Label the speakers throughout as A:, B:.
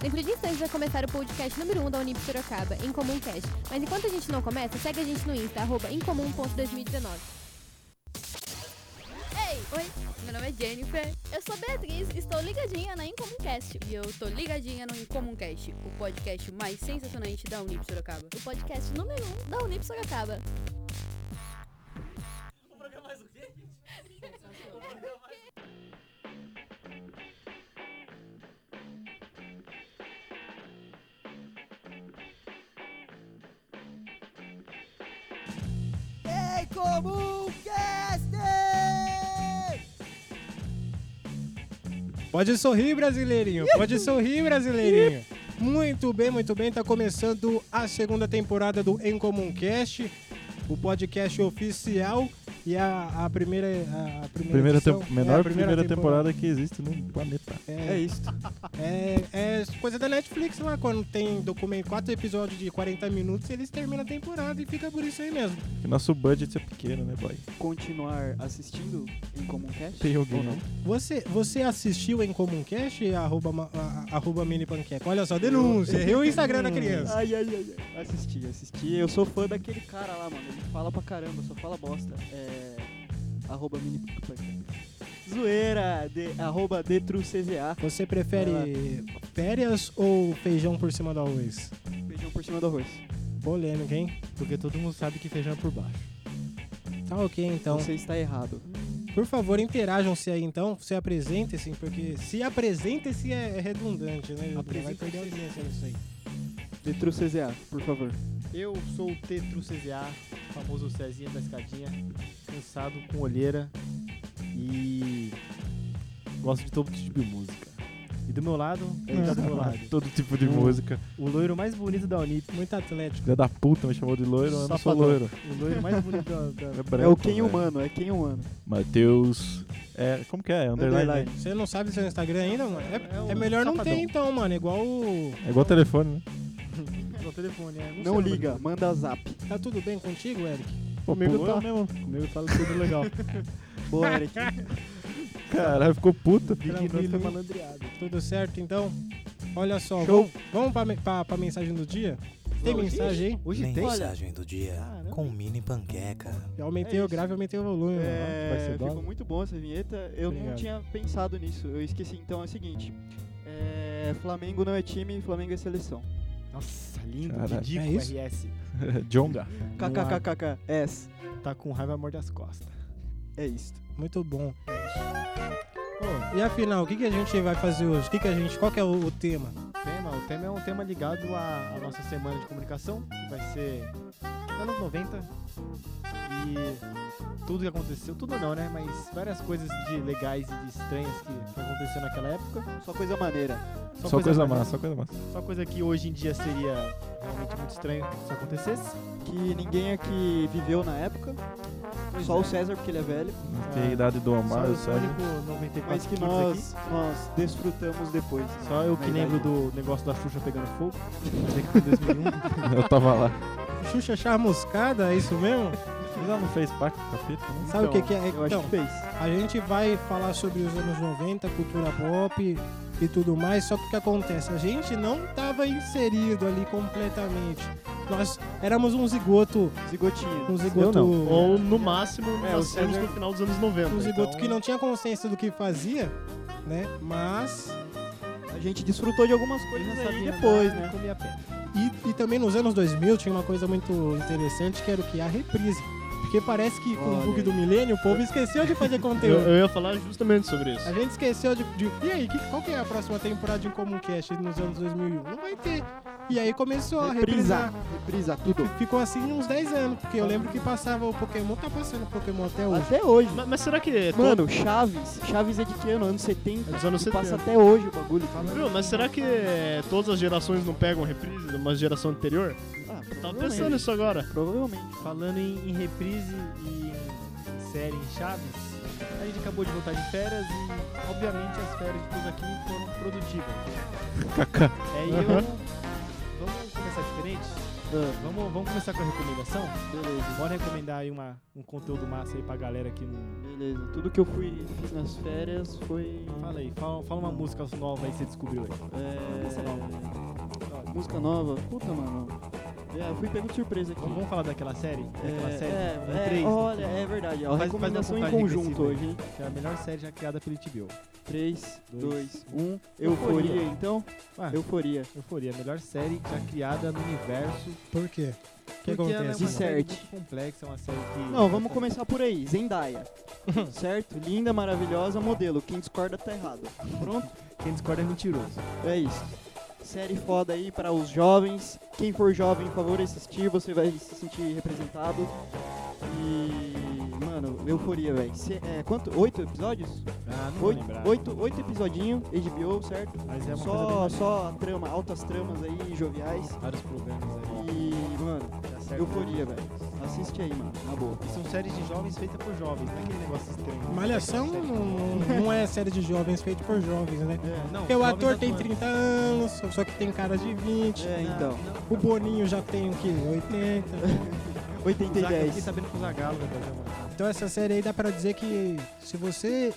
A: Dentro de instantes vai começar o podcast número 1 um da Unip Sorocaba, Incomumcast. Mas enquanto a gente não começa, segue a gente no Insta, arroba incomum.2019.
B: Ei, oi, meu nome é Jennifer. Eu sou Beatriz e estou ligadinha na Incomumcast.
C: E eu tô ligadinha no Incomumcast, o podcast mais sensacionante da Unip Sorocaba.
B: O podcast número 1 um da Unip Sorocaba.
D: Em Comum Cast!
E: Pode sorrir, brasileirinho! Pode sorrir, brasileirinho! Muito bem, muito bem, tá começando a segunda temporada do Em Comum Cast, o podcast oficial e a, a primeira. A, a primeira
F: Primeira
E: edição-
F: tem-
E: é
F: menor
E: a
F: primeira temporada que existe no planeta.
E: É.
F: isso.
E: É, é coisa da Netflix lá, quando tem documento, quatro episódios de 40 minutos, eles terminam a temporada e fica por isso aí mesmo.
F: Que nosso budget é pequeno, né, boy?
D: Continuar assistindo em Comum Cast?
F: Tem alguém,
D: Ou não?
F: né?
E: Você, você assistiu em Comum Cast, arroba, ma- a- a- arroba mini panqueca? Olha só, denúncia, errei o Instagram da criança.
D: Ai, ai, ai, ai. Assisti, assisti. Eu sou fã daquele cara lá, mano. Ele fala pra caramba, só fala bosta. É. Arroba mini. Zoeira! De... Arroba DetruCZA.
E: Você prefere férias ou feijão por cima do arroz?
D: Feijão por cima do arroz.
E: Polêmica, hein?
G: Porque todo mundo sabe que feijão é por baixo.
E: Tá ok, então.
D: Você está errado.
E: Por favor, interajam-se aí, então. Se apresentem-se, porque se apresentem-se é é redundante, né? Vai perder audiência nisso aí.
D: DetruCZA, por favor.
G: Eu sou o Tetro CZA, famoso Cezinha da escadinha, cansado com olheira e gosto de todo tipo de música. E do meu lado, é isso, do meu lado.
F: Todo tipo de
G: Hum.
F: música.
G: O loiro mais bonito da Unip.
E: Muito atlético.
F: Filha da puta me chamou de loiro, eu não sou
G: Safadão.
F: loiro.
G: O loiro mais bonito da, da-
F: É, branco,
D: é o quem
F: velho.
D: humano, é quem humano.
F: Matheus. É, como que é? Underline.
D: Underline.
F: né?
E: Você não sabe seu Instagram ainda, mano? É,
G: É um
E: é melhor não ter,
G: safadão.
E: então, mano. Igual o...
F: É igual telefone, né?
G: do telefone. É,
D: Não
G: sei o
D: liga, manda zap.
E: Tá tudo bem contigo, Eric?
G: Comigo
F: pulou
G: tá.
F: eu mesmo.
G: nome. Comigo fala tudo legal.
D: Boa, Eric.
F: Caralho, ficou puta.
G: Digno
E: Tranquilo.
G: foi malandreado.
E: Tudo certo, então? Olha só,
D: Show.
E: vamos, vamos pra, me- pra- pra mensagem do dia? Tem mensagem aí?
G: Hoje tem?
H: Mensagem do dia com mini panqueca.
E: Eu aumentei
D: É
E: o grave, aumentei o volume.
D: É,
F: vai ser
D: ficou
F: dólar?
D: muito bom essa vinheta. Eu não
E: Obrigado.
D: tinha pensado nisso. Eu esqueci. Então é o seguinte: é, Flamengo não é time, Flamengo é seleção.
G: Nossa, lindo,
F: Caralho.
G: ridículo,
E: É isso?
G: RS.
F: É, Jonga.
D: KKKKK. É,
G: Tá com raiva, morde as costas.
D: é isto.
E: Muito bom.
D: É
E: Ô, e afinal, o que, que a gente vai fazer hoje? O que, que a gente. Qual que é o, o tema?
G: Tema, o tema é um tema ligado à, à nossa semana de comunicação, que vai ser anos 90. E tudo que aconteceu, tudo não, né? Mas várias coisas de legais e de estranhas que aconteceram naquela época.
D: Só coisa maneira.
F: Só, coisa massa, só coisa massa.
G: Só coisa que hoje em dia seria realmente muito estranho se acontecesse.
D: Que ninguém aqui viveu na época. Só o César, porque ele é velho.
F: Não tem a idade do Omar,
G: Só o
F: sabe?
G: único 94
D: Mas que
G: Kids
D: nós, nós desfrutamos depois. né,
G: aqui. Só eu que
D: Na
G: lembro
D: idade.
G: do negócio da Xuxa pegando fogo. Mas é que foi em 2001.
F: Eu tava lá.
E: Xuxa Charmuscada, é isso mesmo?
F: Mas ela não fez pacto com a fita, né?
E: Sabe o que,
D: Então,
E: que é?
D: Eu acho
E: Então,
D: que fez.
E: a gente vai falar sobre os anos 90, cultura pop e tudo mais, só que o que acontece? A gente não tava inserido ali completamente. Nós éramos um zigoto,
D: Zigotinho.
E: um zigoto.
F: não.
G: Ou no máximo,
D: É, o
G: nascemos
D: César-
G: no final dos anos 90.
E: um zigoto
G: então-
E: que não tinha consciência do que fazia, né? Mas.
D: A gente desfrutou de algumas coisas aí depois, né?
G: Comia pedra.
E: E, e também nos anos 2000 tinha uma coisa muito interessante que era o que? A reprise. Porque parece que com o
D: Olha
E: bug
D: aí.
E: do milênio o povo esqueceu de fazer
G: Eu,
E: conteúdo.
G: eu ia falar justamente sobre isso.
E: A gente esqueceu de. de- e aí, que, qual que é a próxima temporada de Incomum Cast nos anos 2001? Não vai ter. E aí começou a reprisar.
D: Reprisa. Reprisa tudo.
E: Ficou assim uns 10 anos, porque eu lembro que passava o Pokémon, tá passando Pokémon até hoje.
D: Até hoje.
G: Mas, mas será que. é to-
D: Mano, Chaves. Chaves é de que ano? Anos 70.
G: É dos anos
D: E passa
G: 70.
D: até hoje o bagulho. tá Ah,
G: Viu, mas será que é, todas as gerações não pegam reprise de uma geração anterior?
D: Ah,
G: Tava pensando nisso tá agora.
D: Provavelmente.
G: Falando em, reprise e em série em Chaves, a gente acabou de voltar de férias e, obviamente, as férias de todos aqui foram produtivas.
F: Kaká.
G: É, e eu. Vamos começar diferente?
D: Ah,
G: Vamos, vamos começar com a recomendação?
D: beleza,
G: Bora recomendar aí uma, um conteúdo massa aí pra galera que não.
D: beleza. Tudo que eu fui fiz nas férias foi.
G: Fala aí, fala, fala uma música nova aí que você descobriu aí.
D: É... Música nova? Puta, mano. É, eu fui pego de surpresa aqui.
G: Vamos, vamos falar daquela série? Daquela
D: é,
G: série?
D: é,
G: do
D: é,
G: três, né?
D: olha, é verdade. Ó,
G: Faz- faz uma
D: recomendação em
G: contagem
D: conjunto
G: regressiva aí.
D: hoje, hein?
G: Que é a melhor série já criada pelo HBO.
D: 3,
G: Dois,
D: 2, 1. Euforia, então?
G: Ah.
D: Euforia.
G: Euforia, a melhor série já criada no universo.
D: é
E: Por quê? O que
G: porque
D: né,
G: ela é
E: acontece?
G: uma série
D: Disserte.
G: muito complexa, é uma série que.
D: Não, vamos começar por aí. Zendaya. certo? Linda, maravilhosa, modelo. Quem discorda tá errado. Pronto?
G: Quem discorda é mentiroso.
D: É isso. Série foda aí para os jovens. Quem for jovem, por favor, assistir. Você vai se sentir representado. E. Mano, euforia, velho. É, quanto? Oito episódios?
G: Ah, não vou
D: Oito,
G: lembrar.
D: oito, oito episodinhos, HBO, certo?
G: Mas é uma coisa
D: só,
G: bem
D: só a trama, altas tramas aí, joviais.
G: Vários programas aí.
D: E, mano,
G: Tá certo.
D: euforia, velho. Assiste aí, mano, na boa.
G: E São séries de jovens feitas por jovens, não é aquele negócio estranho.
E: Malhação não, não é série de jovens feita por jovens, né?
G: É, não.
E: Porque o
G: jovens
E: ator tem
G: atuando.
E: 30 anos, só que tem cara de 20.
D: É, então.
E: O Boninho já tem o quê? 80.
D: 80
G: O
D: e
G: Zaga, eu fiquei
D: 10.
G: sabendo que o Zagalo vai fazer uma.
E: Então essa série aí dá pra dizer que se você,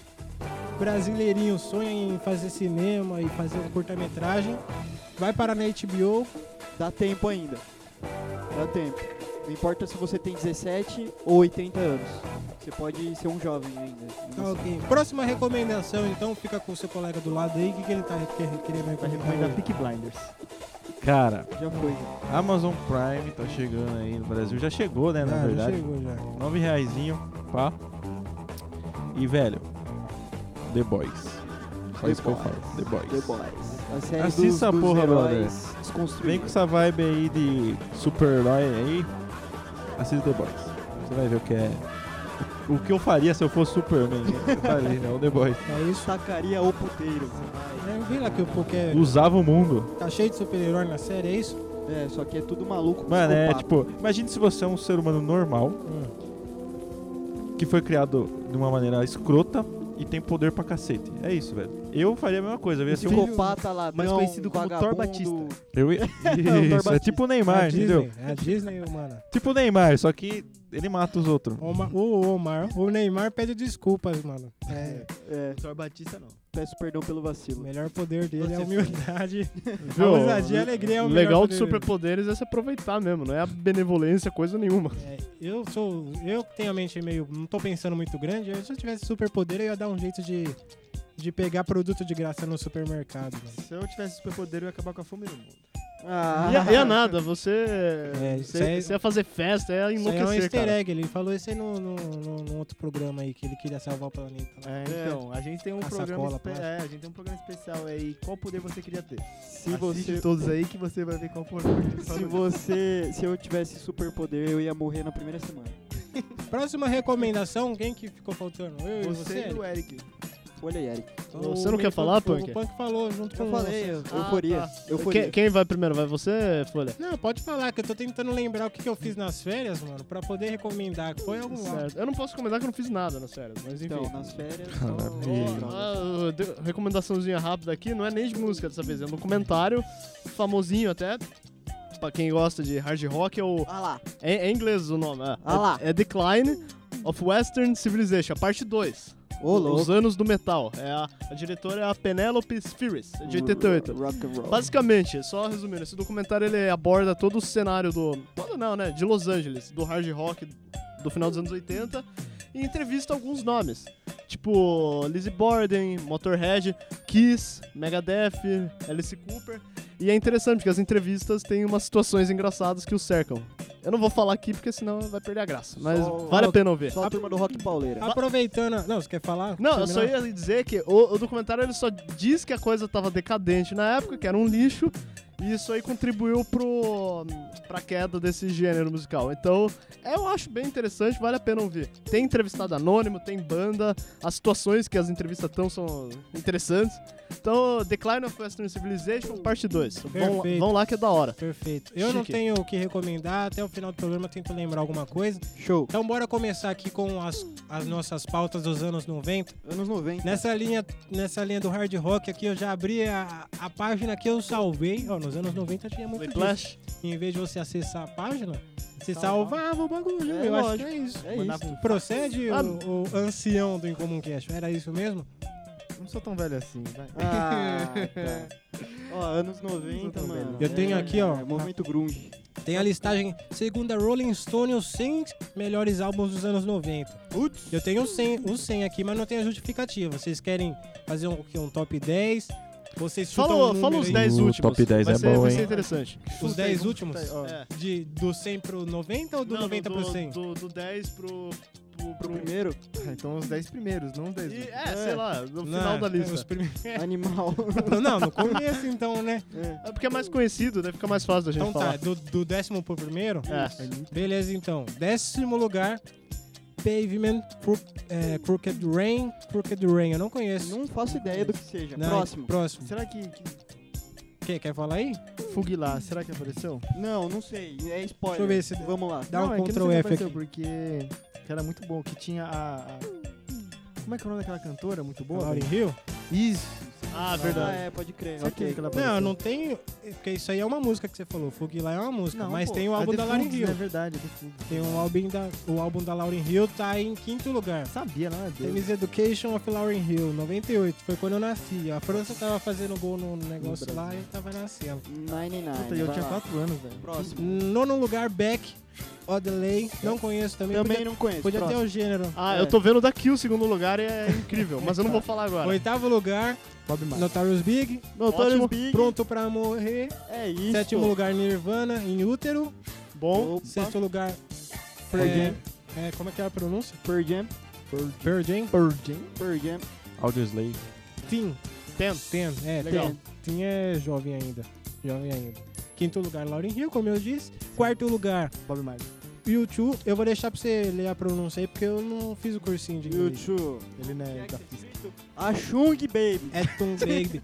E: brasileirinho, sonha em fazer cinema e fazer um curta-metragem, vai parar na HBO,
D: Dá tempo ainda. Dá tempo. Não importa se você tem 17 ou 80 anos. Você pode ser um jovem ainda.
E: Tá ok. Próxima recomendação, então, fica com o seu colega do lado aí. O que, que ele tá quer- querendo
G: Vai
E: recomendar?
G: recomendar
E: hoje?
G: Peak Blinders.
F: Cara,
D: Já foi. já.
F: Amazon Prime tá chegando aí no Brasil. Já chegou, né, na
E: Ah, já
F: verdade.
E: chegou já.
F: Nove reaisinho, pá. E, velho, The Boys. Só
D: The
F: isso que eu
D: Boys.
F: falo, The Boys.
D: The Boys. A série
F: Assista
D: dos,
F: a
D: dos
F: porra,
D: heróis
F: Vem com
D: desconstruídos.
F: essa vibe aí de super-herói aí, assista The Boys. Você vai ver o que é... O que eu faria se eu fosse Superman, né? Você tá ali, né? O The Boys.
E: É isso.
D: Sacaria o puteiro.
E: Eu vi lá que o Poké
F: Usava o mundo.
E: tá cheio de super-herói na série, é isso?
D: É, só que é tudo maluco.
F: Mano, é
D: psicopata.
F: tipo, imagine se você é um ser humano normal que foi criado de uma maneira escrota e tem poder pra cacete. É isso, velho. Eu faria a mesma coisa, eu ia ser um.
D: Psicopata ladrão,
G: mais conhecido como
D: vagabundo.
G: Thor Batista.
F: Eu ia... isso, é
D: Batista.
F: tipo o
E: É
F: Neymar,
G: Ah,
E: a
F: entendeu?
E: Disney, é a Disney, mano.
F: Tipo o Neymar, só que ele mata os outros.
E: Omar, o Omar, o Neymar pede desculpas, mano. É,
D: É,
G: Thor Batista não.
D: peço perdão pelo
E: o
D: vacilo.
E: melhor poder dele é a
G: Você
E: humildade. A
I: Viu?
E: ousadia e a alegria é o melhor
I: legal
E: poder
I: dos
E: dele.
I: superpoderes é se aproveitar mesmo, não é a benevolência, coisa nenhuma.
E: É, eu sou. Eu que tenho a mente meio. Não tô pensando muito grande. Eu, se eu tivesse superpoder, eu ia dar um jeito de. De pegar produto de graça no supermercado, mano.
G: Se eu tivesse superpoder, eu ia acabar com a fome no mundo.
D: Ah,
I: E a, e a nada, você.
E: É, isso
I: você,
E: aí-
I: você ia fazer festa, ia
E: Isso aí é um
I: enlouquecer,
E: easter
I: cara.
E: egg, ele falou isso aí no, no, no- no outro programa aí, que ele queria salvar o planeta. né? lá.
G: É, então, a gente tem um
E: A
G: programa
E: sacola,
G: espe-
E: plástico.
G: é, a gente tem um programa especial aí. Qual poder você queria ter?
D: se
G: Assiste
D: você
G: todos aí que você vai ver qual poder.
D: Se você. Se eu tivesse superpoder, eu ia morrer na primeira semana.
E: Próxima recomendação, quem que ficou faltando? Eu e
G: Você,
E: você?
G: e o Eric.
D: Olha aí, Eric.
E: Então,
I: Você
E: o
I: não quer
E: Punk-
I: falar,
E: o-
I: Punk?
E: O Punk falou junto com
D: Eu falei,
E: você.
D: euforia.
I: Ah,
D: Euforia.
I: Quem, quem vai primeiro? Vai você, Folha?
E: Não, pode falar, que eu tô tentando lembrar o que, que eu fiz nas férias, mano, pra poder recomendar. Foi algum.
I: Certo. Eu não posso comentar que eu não fiz nada nas férias, mas enfim.
D: Então, nas férias.
I: Ó, ah, de- recomendaçãozinha rápida aqui, não é nem de música dessa vez, é um documentário famosinho até. Pra quem gosta de hard rock, é, o,
D: Ah lá.
I: é, é em inglês o nome. É,
D: Ah lá.
I: é Decline of Western Civilization, a parte 2.
D: Ô,
I: Os
D: louco.
I: anos do metal. É a, a diretora é a Penelope Spheres, de
D: Hum.
I: 88.
D: Rock and roll.
I: Basicamente, só resumindo, esse documentário ele aborda todo o cenário do. Todo não, né? De Los Angeles, do hard rock do final dos anos 80 e entrevista alguns nomes. Tipo Lizzie Borden, Motorhead, Kiss, Megadeth, Alice Cooper. E é interessante porque as entrevistas têm umas situações engraçadas que o cercam. Eu não vou falar aqui porque senão vai perder a graça, mas
D: Só-
I: vale a pena ouvir.
D: Só a turma do Rock Pauleira.
E: Aproveitando. a- Não, você quer falar?
I: Não, eu
E: Terminar?
I: só ia dizer que o, o documentário ele só diz que a coisa tava decadente na época, que era um lixo, e isso aí contribuiu pro, pra queda desse gênero musical. Então, eu acho bem interessante, vale a pena ouvir. Tem entrevistado anônimo, tem banda, as situações que as entrevistas estão são interessantes. Então, Decline of Western Civilization, parte 2. Vão,
E: Perfeito.
I: vão lá que é da hora.
E: Perfeito. Eu não
I: Chique.
E: tenho o que recomendar, até o final do programa eu tento lembrar alguma coisa.
D: Show.
E: Então bora começar aqui com as, as nossas pautas dos anos 90.
D: Anos 90.
E: Nessa linha, nessa linha do hard rock aqui, eu já abri a, a página que eu salvei. Ó, não Nos anos 90 tinha muito disso.
I: Whiplash.
E: Em vez de você acessar a página, você salvava o bagulho.
D: Então, É,
E: eu acho que
D: lógico.
E: é isso.
D: É
G: Mandava
D: isso.
E: Procede
I: Ah.
E: o, o ancião do Incomum Cash. Era isso mesmo?
G: Não sou tão velho assim, vai.
D: Ah, tá. Ó, anos 90, mano.
E: Eu tenho
D: É,
E: aqui, ó.
D: É, momento grunge.
E: Tem a listagem segundo a Rolling Stone, os 100 melhores álbuns dos anos 90.
D: Putz.
E: Eu tenho os 100, os 100 aqui, mas não tem a justificativa. Vocês querem fazer um, o quê? um top 10? Vocês chutam um
I: Fala,
E: número
I: fala os
E: aí?
I: 10
F: O
I: últimos.
F: top 10
I: vai
F: é
I: ser,
F: bom,
I: vai
F: hein?
I: ser interessante.
E: Os 10 últimos?
I: É.
E: De, do 100 pro 90 ou do
I: Não,
E: 90 pro 100?
I: Do, do 10 pro... pro,
D: Pro
I: pro-
D: primeiro,
G: Ah, então os 10 primeiros, não os 10
I: E,
G: últimos.
I: é, sei lá, no
E: Não,
I: final da
E: os
I: lista.
E: primeiros-
D: animal.
E: Não, no começo então, né?
D: É.
I: É porque é mais conhecido, daí fica mais fácil da gente
E: Então tá,
I: falar.
E: do, do décimo pro primeiro?
I: É.
E: Beleza, então. Décimo lugar, Pavement, Cro- é, Crooked Rain, Crooked Rain. Eu não conheço.
D: Não faço ideia do que seja.
E: Não, é
D: Próximo.
E: Próximo.
G: Será que, que
E: Quer, quer falar aí?
G: Fuguilar, será que apareceu?
D: Não, não sei. É
E: Deixa eu
D: spoiler.
E: ver se...
D: Vamos lá.
E: Dá
G: não,
E: um
G: é que
E: Ctrl
G: não sei se
E: F
G: apareceu,
E: aqui.
G: porque que era muito bom, que tinha a, a- Como é que é o nome daquela cantora? Muito boa?
E: Lauryn
G: velho?
E: Hill?
G: Isso.
I: Ah,
D: Ah,
I: verdade.
D: é, pode crer.
G: Será
D: ok.
G: que ela
E: Não,
G: apareceu?
E: eu não tenho. Porque isso aí é uma música que você falou. Fug lá é uma música.
G: Não,
E: mas
G: pô,
E: tem o
G: é
E: álbum
G: The
E: da Lauren
G: Fugues,
E: Hill.
G: É verdade, é The Fugues.
E: Tem um álbum da, o álbum da Lauren Hill tá em quinto lugar.
G: Sabia, não é dele.
E: Teve Education of Lauren Hill, 98. Foi quando eu nasci. A França tava fazendo gol no negócio lá e eu tava nascendo.
D: 99.
G: Puta, e eu
D: vai
G: tinha
D: lá.
G: 4 anos, velho.
D: Próximo.
E: Nono lugar, Beck, Odelay. Não conheço também.
D: Também
E: podia
D: não conheço.
E: podia ter
D: próximo.
E: o gênero.
I: Ah,
D: É.
I: eu tô vendo daqui o segundo lugar e é incrível, mas eu não vou falar agora.
E: Oitavo lugar,
G: Bob Marley.
E: Notorious Big.
D: Notorious
I: Ótimo.
D: Big.
E: Pronto pra morrer.
D: É isso.
E: Sétimo lugar, Nirvana, em útero.
I: Bom,
D: Opa.
E: Sexto lugar,
D: Pearl
E: é,
D: Jam.
E: é, como é que é a pronúncia?
D: Pearl Jam.
E: Pearl Jam.
D: Pearl Jam.
F: Audio Slay.
E: Tim.
I: Ten.
E: Ten, é,
D: Legal.
E: Ten. Tim é jovem ainda. Jovem ainda. Quinto lugar, Lauren Hill, como eu disse. Quarto lugar,
G: Bob Marley.
E: YouTube. Eu vou deixar pra você ler a pronúncia aí, porque eu não fiz o cursinho de inglês. né,
D: YouTube.
G: Ele não é da física.
D: A Chung Baby.
E: É Tom Baby.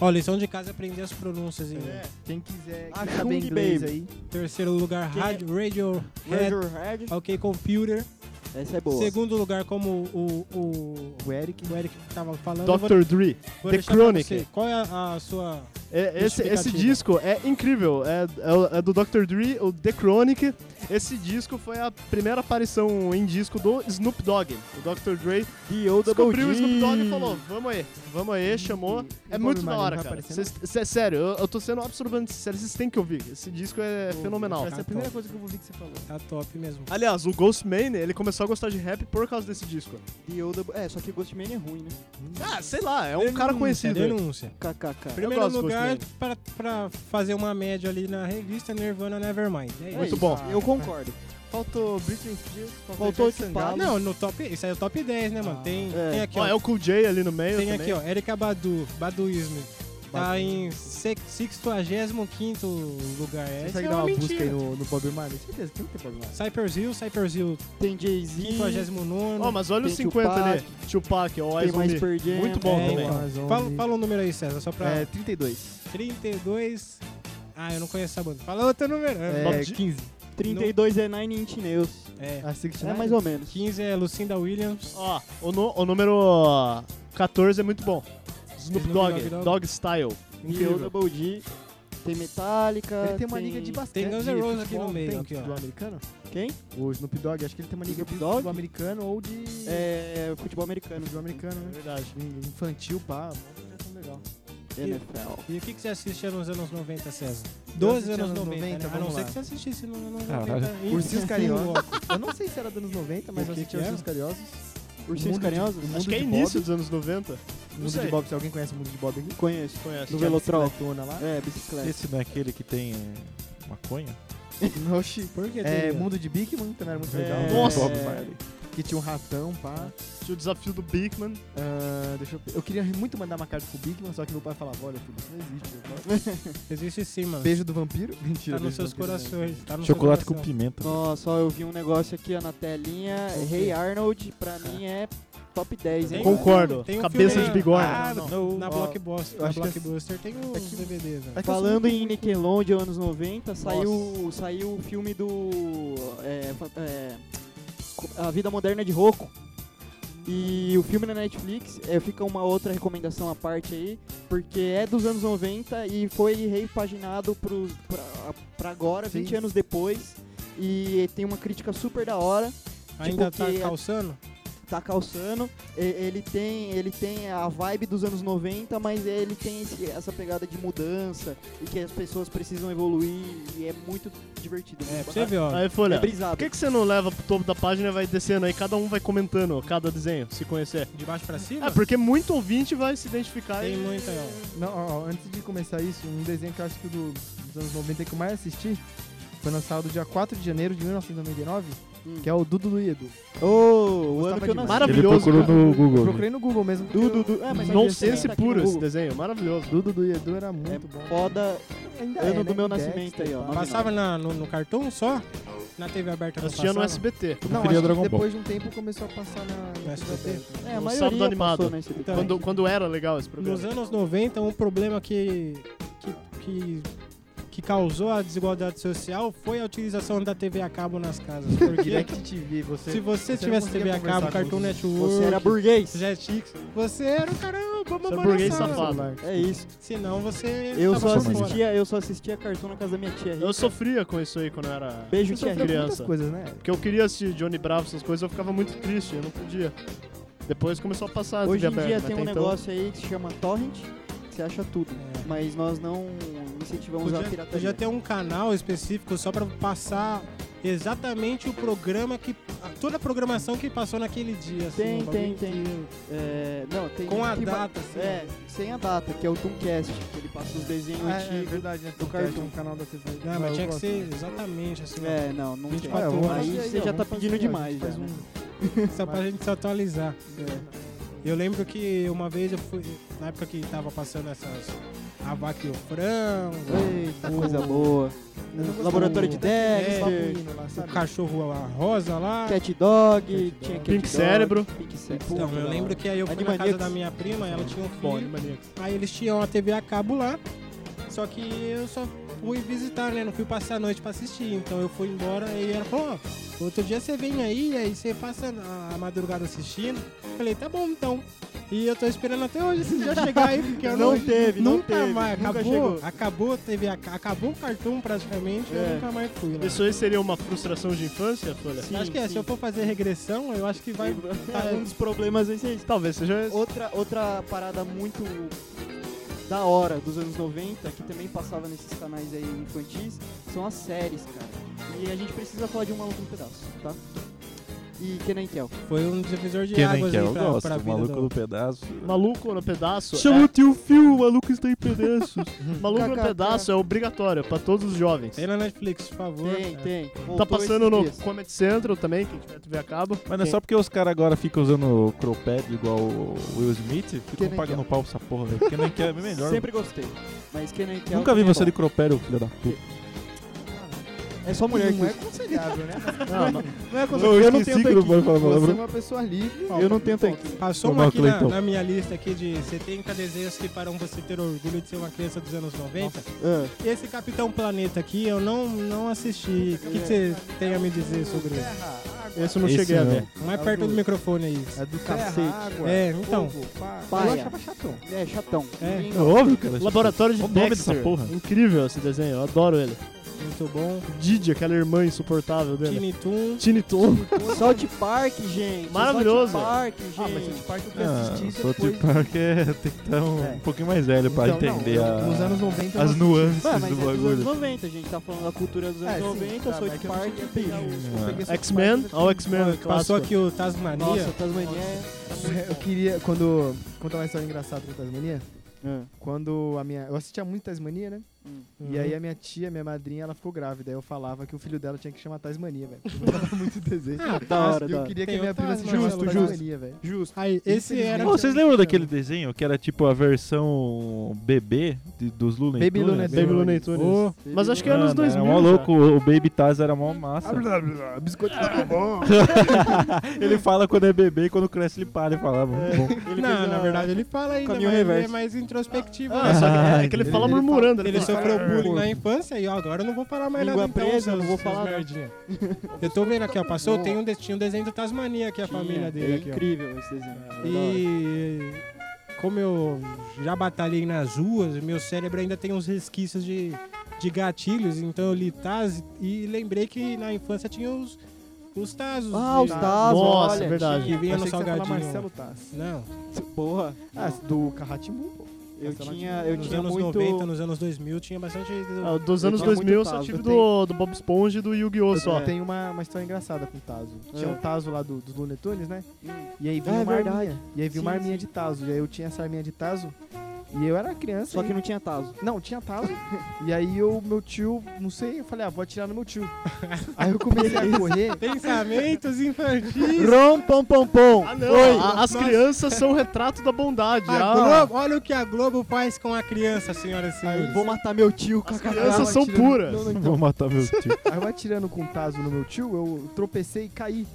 E: Ó, lição de casa, aprender as pronúncias aí.
G: Quem quiser
D: A
G: saber
D: Chung
G: Tá inglês
D: Baby.
G: aí,
E: Terceiro lugar,
D: Quem é?
E: rádio, Radio Head,
D: Radiohead.
E: OK Computer.
D: Essa é boa.
E: Segundo lugar, como o, o,
G: o Eric.
E: o Eric tava falando. eu vou-
I: Dr. Dre.
E: vou
I: The
E: deixar pra
I: Chronic.
E: você. Qual é a, a sua...
I: É, esse, esse
E: Justificativa.
I: disco é incrível. É, é o- é do Dr. Dre, o The Chronic. Esse disco foi a primeira aparição em disco do Snoop Dogg. O Dr. Dre
D: The O
I: descobriu o Snoop Dogg e falou: Vamos aí, vamos aí, chamou. É
G: Bob
I: muito da
G: Marley
I: hora,
G: vai
I: cara.
G: aparecer,
I: Cês- cê- sério, eu, eu tô sendo absolutamente sério, vocês têm que ouvir. Esse disco é fenomenal.
G: Essa é a primeira coisa que eu vou ouvir que você falou.
E: Tá top mesmo.
I: Aliás, o Ghostman, ele começou a gostar de rap por causa desse disco.
D: The O É, só que Ghostman é ruim, né?
I: Ah, sei lá, é um cara
E: Denúncia,
I: conhecido.
E: Denúncia.
D: KKK.
E: Primeiro
I: gosto do
E: lugar,
I: Ghostman.
E: pra, pra fazer uma média ali na revista, Nirvana Nevermind. É
D: É
E: isso.
I: Muito
D: isso.
I: bom.
D: Eu concordo.
G: Faltou Britney Spears,
D: Faltou
G: faltou
D: o
G: Ivete
D: Tupac.
G: Sangalo.
E: Não, no top. Isso aí é o top 10, né, mano? Tem,
D: É.
E: tem aqui,
I: Ó,
E: ó.
I: é o Cool J ali no meio.
E: Tem
I: também.
E: aqui, ó. Erika Badu, Baduísmo. Tá em sec- 65 lugar.
G: Você
E: Essa
G: consegue
E: é
G: dar
E: uma
G: uma busca aí
E: mentira.
G: no, no Bob Marley? Certeza que não tem Bob Marley.
E: Cypress Hill, Cypress Hill,
D: Tem Jay-Z.
E: 59.
I: Ó, mas olha
D: Tem
I: os 50
D: Tupac.
I: ali. Tupac, ó,
D: Tem
G: um
I: Eyes on
D: mais
I: Me.
D: Pearl Jam.
I: Muito bom
E: É,
I: também.
E: então.
G: Amazon,
E: Fala,
G: e-
E: fala o número aí, César, só pra...
G: É, 32.
E: 32... Ah, eu não conheço essa banda. Fala outro número.
G: É,
I: Bob G-
G: 15.
D: 32 é Nine Inch Nails.
E: É.
G: A 69.
D: É mais ou menos.
E: 15 é Lucinda Williams.
I: Ó, o, nu- o número 14 é muito bom. Snoop
E: Snoop
I: Dogg,
E: Dogg Dogg.
I: Dog Style.
D: The O Double D. Tem Metallica.
G: Ele tem uma liga de basquete.
E: tem Guns N'
G: de
E: Roses aqui
G: futebol,
E: no meio,
G: Tem
E: aqui, ó.
G: futebol americano?
D: Quem?
G: O Snoop Dogg, acho que ele tem uma liga de
D: Snoop Dogg?
G: futebol americano ou de.
D: É, futebol americano.
G: Futebol americano, né?
I: Verdade.
G: Infantil, pá. uma projeção legal.
D: NFL.
E: E o que, que você assistia nos anos 90, César?
G: Eu
E: 12
G: assistia
E: anos
G: anos
E: 90,
G: 90,
E: né? A não
G: vamos
E: ser
G: lá.
E: que você assistisse nos anos
F: Caralho.
E: 90. em-
G: Ursinhos
E: em
G: Carioca.
E: loco.
G: Eu não sei se era dos anos 90, mas
E: O
G: eu
E: que
G: assisti
E: que
G: Ursinhos Carinhosos.
D: Ursinhos
G: Mundo de-
D: Carinhosos?
I: Acho que é
G: de
I: início
G: Bob.
I: dos anos 90. Não
G: Mundo
I: sei.
G: de Bob, se alguém conhece o Mundo de Bob aqui.
D: Conheço.
I: Conhece.
D: No
G: Tinha a
D: Velotrol.
G: bicicletona lá.
D: É, bicicleta.
F: Esse não é aquele que tem é, maconha?
G: Oxi.
E: Por que
G: É,
E: teria?
G: Mundo de Bigman também era muito
D: É.
G: legal.
I: Nossa.
F: Bob Marley.
G: Que tinha um ratão, pá.
I: Tinha o desafio do Bigman.
G: Ah, deixa eu... eu queria muito mandar uma carta pro Bigman, só que meu pai falava, olha, filho, isso não existe. meu pai."
E: Existe sim, mano.
G: Beijo do vampiro? Mentira.
E: Tá nos
G: beijo do
E: seus
G: vampiro, né?
E: corações. Tá no seu
F: Chocolate com
E: coração.
F: pimenta.
D: Nossa, ó, eu vi um negócio aqui ó, na telinha.
E: O quê?
D: Rei Arnold, pra mim, é top 10. hein,
E: Tem um
D: cara?
I: Concordo.
E: tem um
I: Cabeça
E: filme-
I: de bigorna.
E: Ah,
I: Não,
E: Na
G: Ó,
E: Blockbuster,
G: eu
E: na
G: acho que
E: Blockbuster tem uns
G: aqui-
E: DVDs, né?
G: É que eu sou
D: Falando
G: muito
D: em
G: ruim com-
D: Nickelodeon anos 90, saiu, saiu o filme do. é, fa- é, co- a Vida Moderna de Rocco. E o filme na Netflix, é, fica uma outra recomendação à parte aí, porque é dos anos 90 e foi repaginado pros, pra, pra agora,
G: Sim.
D: 20 anos depois. E tem uma crítica super da hora,
E: Ainda tá
D: que-
E: calçando?
D: tá calçando. E- Ele tem, ele tem a vibe dos anos 90, mas ele tem esse- essa pegada de mudança e que as pessoas precisam evoluir e é muito divertido.
E: É,
D: muito
E: pra você
D: bacana.
E: ver, ó.
I: Aí, Folha,
D: É brisado.
I: por que, que você não leva pro topo da página e vai descendo aí? Cada um vai comentando cada desenho, se conhecer.
E: De baixo pra cima?
I: É, porque muito ouvinte vai se identificar
E: Tem
I: e...
E: muita, ó.
G: Não, ó, ó, antes de começar isso, um desenho que eu acho que do- dos anos 90 que eu mais assisti foi lançado dia 4 de janeiro de 1999,
D: Hum.
G: que é o Dudu do Edo.
D: Ô, o ano que eu nasci.
I: Maravilhoso.
F: Ele procurou
I: cara.
F: no
G: Eu
F: Google. né?
G: procurei no Google mesmo. porque
D: Dudu,
G: eu-
D: Dudu. É, mas
I: não
D: esse
I: sei
D: desenho
I: se
D: tá aqui no
I: puro esse
D: Google.
I: desenho, maravilhoso.
G: Dudu do Edo era muito bom.
D: É foda.
G: Ainda
D: ano
G: é,
D: do
G: né?
D: meu
G: Dexter,
D: nascimento aí, ó.
G: tal.
E: Passava na- no, no cartão só? Na TV aberta
D: tá
E: não
I: Assistia no
E: passava?
I: SBT.
F: Eu
G: Não,
F: queria
G: acho
F: Dragon
G: que
F: Ball.
G: depois de um tempo começou a passar na...
E: No SBT.
D: É, a
I: No
D: maioria
I: sábado
D: passou
I: animado.
D: nesse desenho.
E: Então,
I: Quando, quando era legal esse programa.
E: Nos anos 90, um problema que, que, que, que causou a desigualdade social foi a utilização da TV a cabo nas casas. Porque
G: Direct TV, você...
E: se você
G: não
E: tivesse
G: conseguia
E: TV a
G: conversar
E: cabo,
G: com
E: Cartoon
G: os-
E: Network,
D: Você era burguês.
E: é Jetix, você era o caramba, vamos
I: Você é
E: abraçar.
I: burguês safado.
D: É isso.
E: Senão você
D: Eu assim,
E: tava
D: só
E: fora.
D: assistia, eu só assistia cartão na casa da minha tia.
I: Eu sofria com isso aí quando eu era...
D: Beijo,
G: Você
D: tia.
G: sofreu com muitas
I: criança.
G: coisas, né?
I: Porque eu queria assistir Johnny Bravo, essas coisas, eu ficava muito triste, eu não podia. Depois começou a passar a
D: Hoje em
I: TV
D: dia
I: aberta,
D: tem um
I: até então.
D: negócio aí que se chama torrent, que você acha tudo.
E: É.
D: Mas nós não incentivamos a
E: Podia, podia
D: pirataria.
E: ter um canal específico só pra passar exatamente o programa que. a- toda a programação que passou naquele dia. assim,
D: Tem,
E: um
D: tem,
E: bagulho
D: tem. É, não, tem.
E: Com a
D: que ba-
E: data, assim.
D: É, sem a data, que é o Tooncast, que ele passa os desenhos
G: Ah, é, é
D: antigos.
G: verdade, né?
D: do Cartoon.
G: Um canal da TV.
E: Não,
G: Ah,
E: mas
G: eu
E: tinha que
G: gosto.
E: ser exatamente assim. ó.
D: É, não, não tem.
E: 24
G: vamos
E: horas.
G: fazer
D: Aí você
G: ó,
D: já tá
G: vamos fazer
D: pedindo
G: aí, ó, a
D: demais,
G: gente um faz
D: já,
G: um
D: né?
E: Só pra gente se atualizar. Eu lembro que uma vez eu fui. Na época que tava passando essas. A vaca e o frango,
D: Eita, coisa boa.
G: um Eu não
D: Laboratório de
G: gostava É.
D: Dexter,
G: do hino lá,
E: o
G: sabe?
E: cachorro a rosa lá.
D: Cat Dog,
G: Cat Dog.
D: tinha Cat
I: Pink
D: Dog,
I: Cérebro.
D: Pink Cérebro.
E: Então, eu lembro que aí eu fui na casa
D: Animaniacs.
E: da minha prima, ela tinha um
I: Bom,
E: filho.
I: Animaniacs.
E: Aí eles tinham a TV a cabo lá, só que eu só fui visitar, né? Não fui passar a noite pra assistir. Então eu fui embora e ela falou, ó, outro dia você vem aí, aí você passa a madrugada assistindo. Eu falei, tá bom então. E eu tô esperando até hoje assim, esse dia chegar aí, porque eu
D: Não
E: não,
D: teve, não
E: nunca
D: teve,
E: mais.
D: nunca
E: Acabou,
D: chegou.
E: acabou, a TV, a ca- acabou o cartão praticamente,
D: É.
E: eu nunca mais fui. Né?
I: então. Isso aí seria uma frustração de infância, Folha?
D: Sim,
E: acho que é, se
D: sim.
E: eu for fazer regressão, eu acho que vai.
D: Tá, um dos problemas vai ser isso.
I: Talvez seja esse.
D: Outra, outra parada muito da hora dos anos 90, que também passava nesses canais aí infantis, são as séries, cara. E a gente precisa falar de um maluco no pedaço, tá? E Kenan e Kel.
E: Foi um divisor de
F: Quem nem
E: águas
F: quer,
E: aí
F: eu
E: pra,
F: gosto.
E: pra
F: O
E: vida
F: maluco
E: do-
F: no pedaço.
I: Maluco no pedaço.
F: Chama o tio Fio, o maluco está em pedaços.
I: é- Maluco no
D: KKK.
I: pedaço é obrigatório pra todos os jovens.
E: Tem na Netflix, por favor.
D: Tem, tem.
I: Tá
D: Voltou
I: passando
D: esses
I: no
D: dias.
I: Comedy Central também, quem tiver TV a cabo.
F: Mas não é só porque os caras agora ficam usando o Cropad igual o Will Smith, ficam
D: nem
F: pagando pau pra essa porra, velho. Porque nem quer é bem melhor.
D: Sempre gostei. Mas Kenan e Kel.
F: Nunca vi
D: também é
F: você de
D: bom.
F: Cropad, ô filho da puta.
D: É só mulher que
G: Não é
D: usa.
G: aconselhável, né?
I: Não, não.
D: Não é
F: Eu,
D: eu não
F: esqueci
D: tento
F: que não
D: aqui.
F: pode falar
G: Você é
F: palavrão.
G: uma pessoa livre.
D: Eu não tento aqui.
E: Passou
F: Ô,
E: uma
F: Marco
E: aqui na,
F: Leitão.
E: na minha lista aqui de 70 desenhos que farão você ter orgulho de ser uma criança dos anos 90.
D: Ah.
E: Esse Capitão Planeta aqui eu não, não assisti. O que que você tem a me dizer sobre ele?
D: É.
I: Esse eu não
F: Esse
I: cheguei a
F: não.
I: ver.
E: Mais perto do microfone aí.
G: É do
D: Cacete.
G: terra, água,
E: É, então.
G: fogo, pá. Eu
D: Paia.
G: achava chatão.
D: É, chatão.
E: É.
D: Ninguém
F: É óbvio, cara.
I: Laboratório de
F: Olha o nome
I: Dexter.
F: dessa porra.
I: Incrível esse desenho, eu adoro ele.
E: Muito bom.
I: Didi, aquela irmã insuportável dele.
E: Tiny Toon.
I: Tiny Toon.
D: South Park, gente.
I: Maravilhoso.
D: South Park, gente.
G: Ah, mas South Park eu fui
F: Ah,
G: assistir
F: só
G: depois.
F: de parque é, tem que estar um,
G: É.
F: um pouquinho mais velho pra
G: Então, não,
F: entender a-
G: Nos anos 90 eu
F: as
G: não
F: nuances
D: Ué, mas é
F: do
D: dos anos
F: bagulho.
D: 90, gente. Tá falando da cultura dos anos
G: É, sim,
D: 90,
E: Ah,
G: tá, mas
D: South
G: que eu não
D: Park
G: cheguei
D: e
G: a
E: é.
G: pegar
D: bicho.
G: os- eu peguei South
I: X-Men.
G: Park,
I: Olha o X-Men
E: né? Passou
I: clássico.
E: aqui o Tasmania.
D: Nossa, Tasmania é...
G: Eu queria, quando... Contar uma história engraçada da Tasmania.
D: É.
G: Quando a minha... Eu assistia muito Tasmania, né?
D: Hum.
G: E aí a minha tia, minha madrinha, ela ficou grávida. Aí eu falava que o filho dela tinha que chamar Tasmania, velho. Eu dava muito desejo.
E: Ah,
G: E
D: Da hora, da
G: eu
D: hora.
G: queria que
E: Tem
G: a minha
E: o
G: prima se
E: Tasmania,
G: chamasse
E: justo,
G: Tasmania, velho.
D: Justo.
E: Aí, esse era.
F: Ô, vocês lembram daquele desenho que era tipo a versão bebê de- dos né? Looney
G: Baby
F: Tunes?
G: Looney
I: Baby Looney Tunes.
E: Ô,
I: Mas acho que é
F: Mano,
I: anos 2000.
F: Era mó
I: já.
F: louco, o Baby Taz era mó massa.
G: Biscoito tá bom.
F: ele fala quando é bebê e quando cresce ele para e fala. "Muito bom."
E: não, na verdade ele fala ainda, mas
D: Caminho
E: ele é
D: reverso.
E: mais introspectivo.
I: Ah,
E: né?
I: só que, é que ele,
G: Ele-
I: fala
G: ele
I: murmurando.
E: Ele
I: fala,
E: sofreu bullying na infância e ó, agora eu não vou falar mais
D: Língua
E: nada
D: presa,
E: então,
D: não vou falar nada.
E: merdinha. Eu tô vendo aqui, ó, passou, tem um, de- tinha um desenho do Tasmania aqui, a família dele
D: é
E: aqui, ó.
D: incrível esse desenho.
E: E como eu já batalhei nas ruas, meu cérebro ainda tem uns resquícios de, de gatilhos, então eu li Taz e lembrei que na infância tinha os, os Tazos.
D: Ah, os
E: de-
D: Tazos,
I: Nossa,
D: olha.
I: verdade.
E: Que vinha
G: Achei
E: no
G: que você ia falar
E: salgadinho.
G: Marcelo Taz.
E: Não,
D: Porra,
G: Ah, do Carratimbu. pô.
D: eu
G: Marcelo
D: tinha, eu
E: nos
D: tinha
E: anos
D: muito...
E: 90, nos anos 2000 tinha bastante...
I: Ah, dos
D: Eu
I: anos
D: tinha muito
I: 2000 eu só
D: Tazo,
I: tive
D: eu
I: do, do Bob Esponja e do Yu-Gi-Oh!
G: Eu
I: só.
G: tenho uma, uma história engraçada com o Tazo. Tinha
D: Ah.
G: o Tazo lá do- dos Looney Tunes, né?
D: Hum.
G: E aí vinha
D: Ah, é
G: uma
D: verdade.
G: arminha. E aí vinha uma
D: Sim,
G: arminha de Tazo. E aí eu tinha essa arminha de Tazo. E eu era criança.
D: Só
G: e-
D: que não tinha Tazo.
G: Não, tinha Tazo. e aí eu, meu tio, não sei, eu falei, ah, vou atirar no meu tio. aí eu comecei a correr.
E: Pensamentos infantis!
D: Rom, pom, pom, pom.
I: Ah, não!
D: Oi.
I: a- as
E: Nossa.
I: crianças são o retrato da bondade.
E: A
I: Ah,
E: Globo, olha o que a Globo faz com a criança, senhoras e
D: Aí,
E: senhores.
D: vou matar meu tio,
I: as
D: kkk.
I: crianças são
G: atirando-
I: puras.
G: Não, não, então.
F: Vou matar meu tio.
G: aí eu atirando com o Tazo no meu tio, eu tropecei e caí.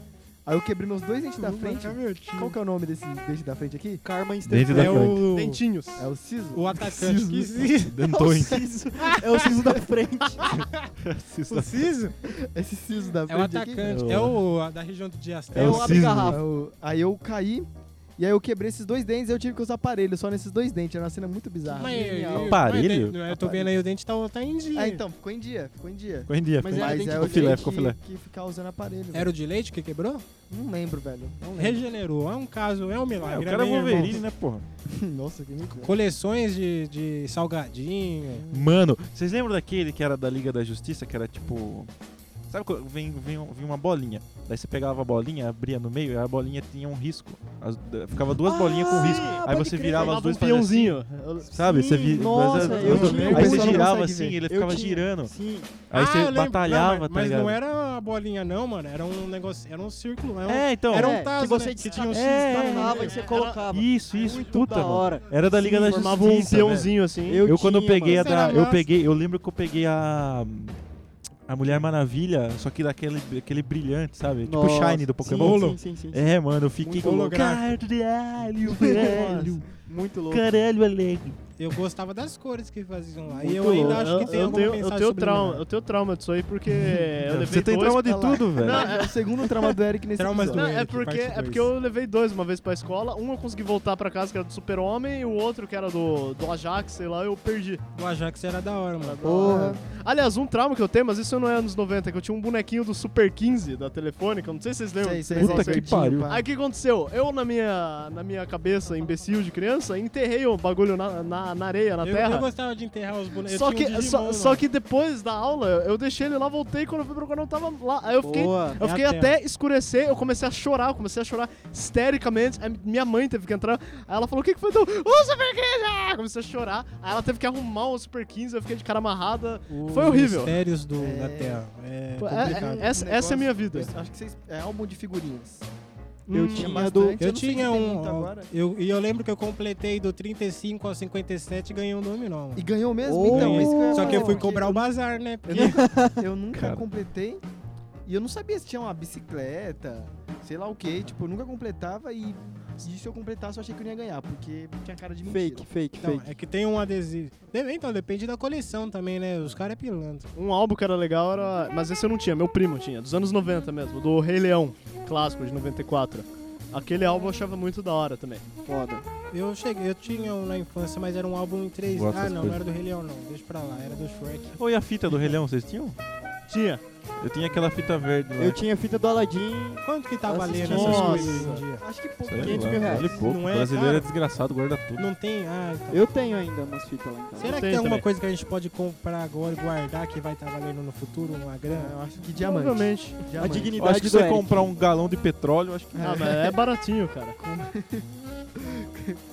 G: Aí eu quebrei meus dois dentes da frente. Qual que é o nome desse dente da frente aqui?
D: Karma
F: Dentro
D: instantânea.
F: da
E: É
F: frente.
E: o,
I: Dentinhos.
G: É o siso?
E: o atacante que se...
F: Dentou em
D: É o siso da frente.
E: O Ciso
G: Esse siso da
E: é o
G: frente aqui?
E: atacante,
F: aqui?
E: é o a da região de Diastel.
F: É
D: eu
F: o
D: abro
F: cisne.
D: garrafa.
G: Aí eu- aí eu caí, e aí eu quebrei esses dois dentes e eu tive que usar aparelho só nesses dois dentes. Era uma cena muito bizarra.
E: Mas,
G: Genial.
E: mas
F: Aparelho?
E: tem- eu tô vendo aí o dente tá, tá em dia.
G: Ah, então, ficou em dia, ficou em dia.
F: Ficou em dia.
D: Mas
F: ficou em
D: era
F: dia.
D: dente
G: é
D: do
G: o
F: Ficou filé,
G: dente
F: ficou filé.
G: que ficar usando aparelho.
E: Era o de leite que quebrou?
G: Não lembro, velho. Não lembro.
E: Regenerou. É um caso, é um milagre.
F: É, o
E: né,
F: cara é
E: meu irmão?
F: Wolverine, né, porra?
G: Nossa, que mentira.
E: Coleções de, de salgadinho.
F: Mano, vocês lembram daquele que era da Liga da Justiça, que era tipo. Sabe quando vem, vem, um- vem uma bolinha? Daí você pegava a bolinha, abria no meio e a bolinha tinha um risco. As- da- ficava duas bolinhas com risco. Aí
D: pode
F: você
D: crer.
F: virava as
I: Dava um
F: duas e fazia assim,
I: peãozinho. Eu-
F: Sabe? Você vi,
D: nossa,
F: mas-
D: eu tinha,
F: Aí
D: mas
F: você
D: só não
F: girava
G: consegue
F: assim,
G: ver.
F: ele
D: Eu
F: ficava
D: tinha.
F: girando.
D: Sim.
F: Aí
E: Ah, eu
F: você
E: lembro.
F: batalhava,
E: Não, mas,
F: tá ligado?
E: mas não era a bolinha, não, mano. Era um negócio. Era um círculo. Era um,
F: É, então.
E: era um
D: É,
E: tazo,
D: que você
E: né? Que tinha um
F: É,
E: X
F: é,
D: Destacava
E: é,
D: e você
E: é.
D: colocava.
F: Isso, isso.
D: né? Muito
F: puta,
D: da
F: mano.
D: hora.
F: Era da Liga da Justiça.
I: Formava um
F: velho.
I: peãozinho assim.
F: Eu, quando eu
D: tinha,
F: peguei
E: mano.
F: a
E: Isso
F: da.
E: era
F: Eu
E: massa.
F: peguei. Eu lembro que eu peguei a. A Mulher Maravilha, só que daquele aquele brilhante, sabe? Tipo o
D: Nossa,
F: Shine do
D: sim,
F: Pokémon.
D: Sim, sim, sim, sim.
F: É, mano, eu fiquei.
E: Muito holográfico.
F: Caralho, velho.
D: Muito louco.
F: Caralho, é alegre.
E: Eu gostava das cores que faziam lá. E
D: Muito
E: eu ainda
D: louco.
E: acho que
I: Eu,
E: tem
I: eu
E: alguma
I: tenho, eu,
E: mensagem
I: tenho
E: sobre
I: trauma,
E: mim, né?
I: eu tenho trauma disso aí porque É, eu levei
F: Você tem
I: dois
F: trauma de
I: pra lá.
F: tudo, velho.
I: Não,
G: É o segundo trauma do Eric nesse
E: Traumas
G: episódio.
I: Não,
E: do
I: é
E: Eric,
I: porque,
E: parte
I: é porque
E: dois.
I: eu levei dois uma vez pra escola. Um eu consegui voltar pra casa, que era do Super-Homem, e o outro, que era do, do Ajax, sei lá, eu perdi.
E: né? O Ajax era da hora, mano.
D: Porra.
I: Aliás, um trauma que eu tenho, mas isso não é anos 90, que eu tinha um bonequinho do Super 15 da Telefônica, não sei se vocês
E: É.
I: lembram.
G: Sei, sei,
I: desse
F: Puta
I: negócio
F: que
I: aí.
F: pariu.
I: Aí o que aconteceu? Eu, na minha, na minha cabeça imbecil de criança, enterrei o bagulho na, na, na areia, na
E: Eu,
I: terra.
E: eu gostava de enterrar os bonecos.
I: Só
E: Eu tinha um
I: que, só,
E: Digimon,
I: só
E: mano.
I: que depois da aula, eu deixei ele lá, voltei quando eu fui procurar, não tava lá. Aí eu fiquei,
D: Boa.
I: eu
E: É
I: fiquei
E: a tela.
I: até escurecer, eu comecei a chorar, eu comecei a chorar histericamente. Aí minha mãe teve que entrar, aí ela falou: O que, que foi? Então, o Super 15! Ah, Comecei a chorar, aí ela teve que arrumar um Super 15, eu fiquei de cara amarrada.
E: Os
I: Foi horrível.
E: Mistérios do, da Terra. É
I: Pô, é-
E: complicado.
I: é- essa, essa é a minha vida.
G: Acho que vocês... É álbum de figurinhas.
D: Eu
I: Hum,
D: tinha
G: bastante.
D: do...
G: Eu
E: Eu
G: não sei se
E: tinha
G: tem
E: um.
G: muito agora.
E: Eu, e eu lembro que eu completei do 35 ao 57 e ganhei um dominó. mano.
G: E ganhou mesmo?
D: Oh.
G: então, isso ia
E: Só que eu
G: falar,
E: fui
G: porque
E: cobrar o bazar, né? Porque
G: Eu nunca
F: Cara.
G: completei. E eu não sabia se tinha uma bicicleta, sei lá o que. Tipo, eu nunca completava e... E se eu completasse, eu achei que eu não ia ganhar, porque tinha cara de mentira.
D: Fake, fake,
E: Então,
D: fake.
E: é que tem um adesivo. Deve- Então, depende da coleção também, né? Os caras é pilantra.
I: Um álbum que era legal era. Mas esse eu não tinha, meu primo tinha, dos anos 90 mesmo, do Rei Leão, clássico de 94. Aquele álbum eu achava muito da hora também.
D: Foda.
E: Eu cheguei, eu tinha um na infância, mas era um álbum em 3D.
F: Gosto
E: Ah,
F: das
E: não, não
F: coisas.
E: era do Rei Leão, não. Deixa pra lá, era do Shrek.
F: Oi, a fita do Rei Leão, vocês tinham?
I: Tinha.
F: Eu tinha aquela fita verde lá.
D: Eu tinha a fita do Aladdin.
E: Quanto que tá
D: Nossa,
E: valendo
I: nossa.
E: essas coisas hoje em dia?
G: Acho que pouco.
F: Sei
D: 500
F: lá,
D: mil reais.
F: vale pouco.
E: Não é,
F: brasileiro
E: cara?
F: é desgraçado, guarda tudo.
E: Não tem? Ah, então.
D: Eu tenho ainda umas fitas lá em casa.
E: Será que
I: Tem
E: tem alguma
I: também.
E: coisa que a gente pode comprar agora e guardar que vai estar valendo no futuro, uma grana?
G: Eu acho que diamante.
I: Provavelmente.
G: Diamante.
D: A
F: Eu
D: dignidade
F: acho que
D: do
F: se você
D: Eric.
F: comprar um galão de petróleo, eu acho que.
I: Ah, mas é baratinho, cara.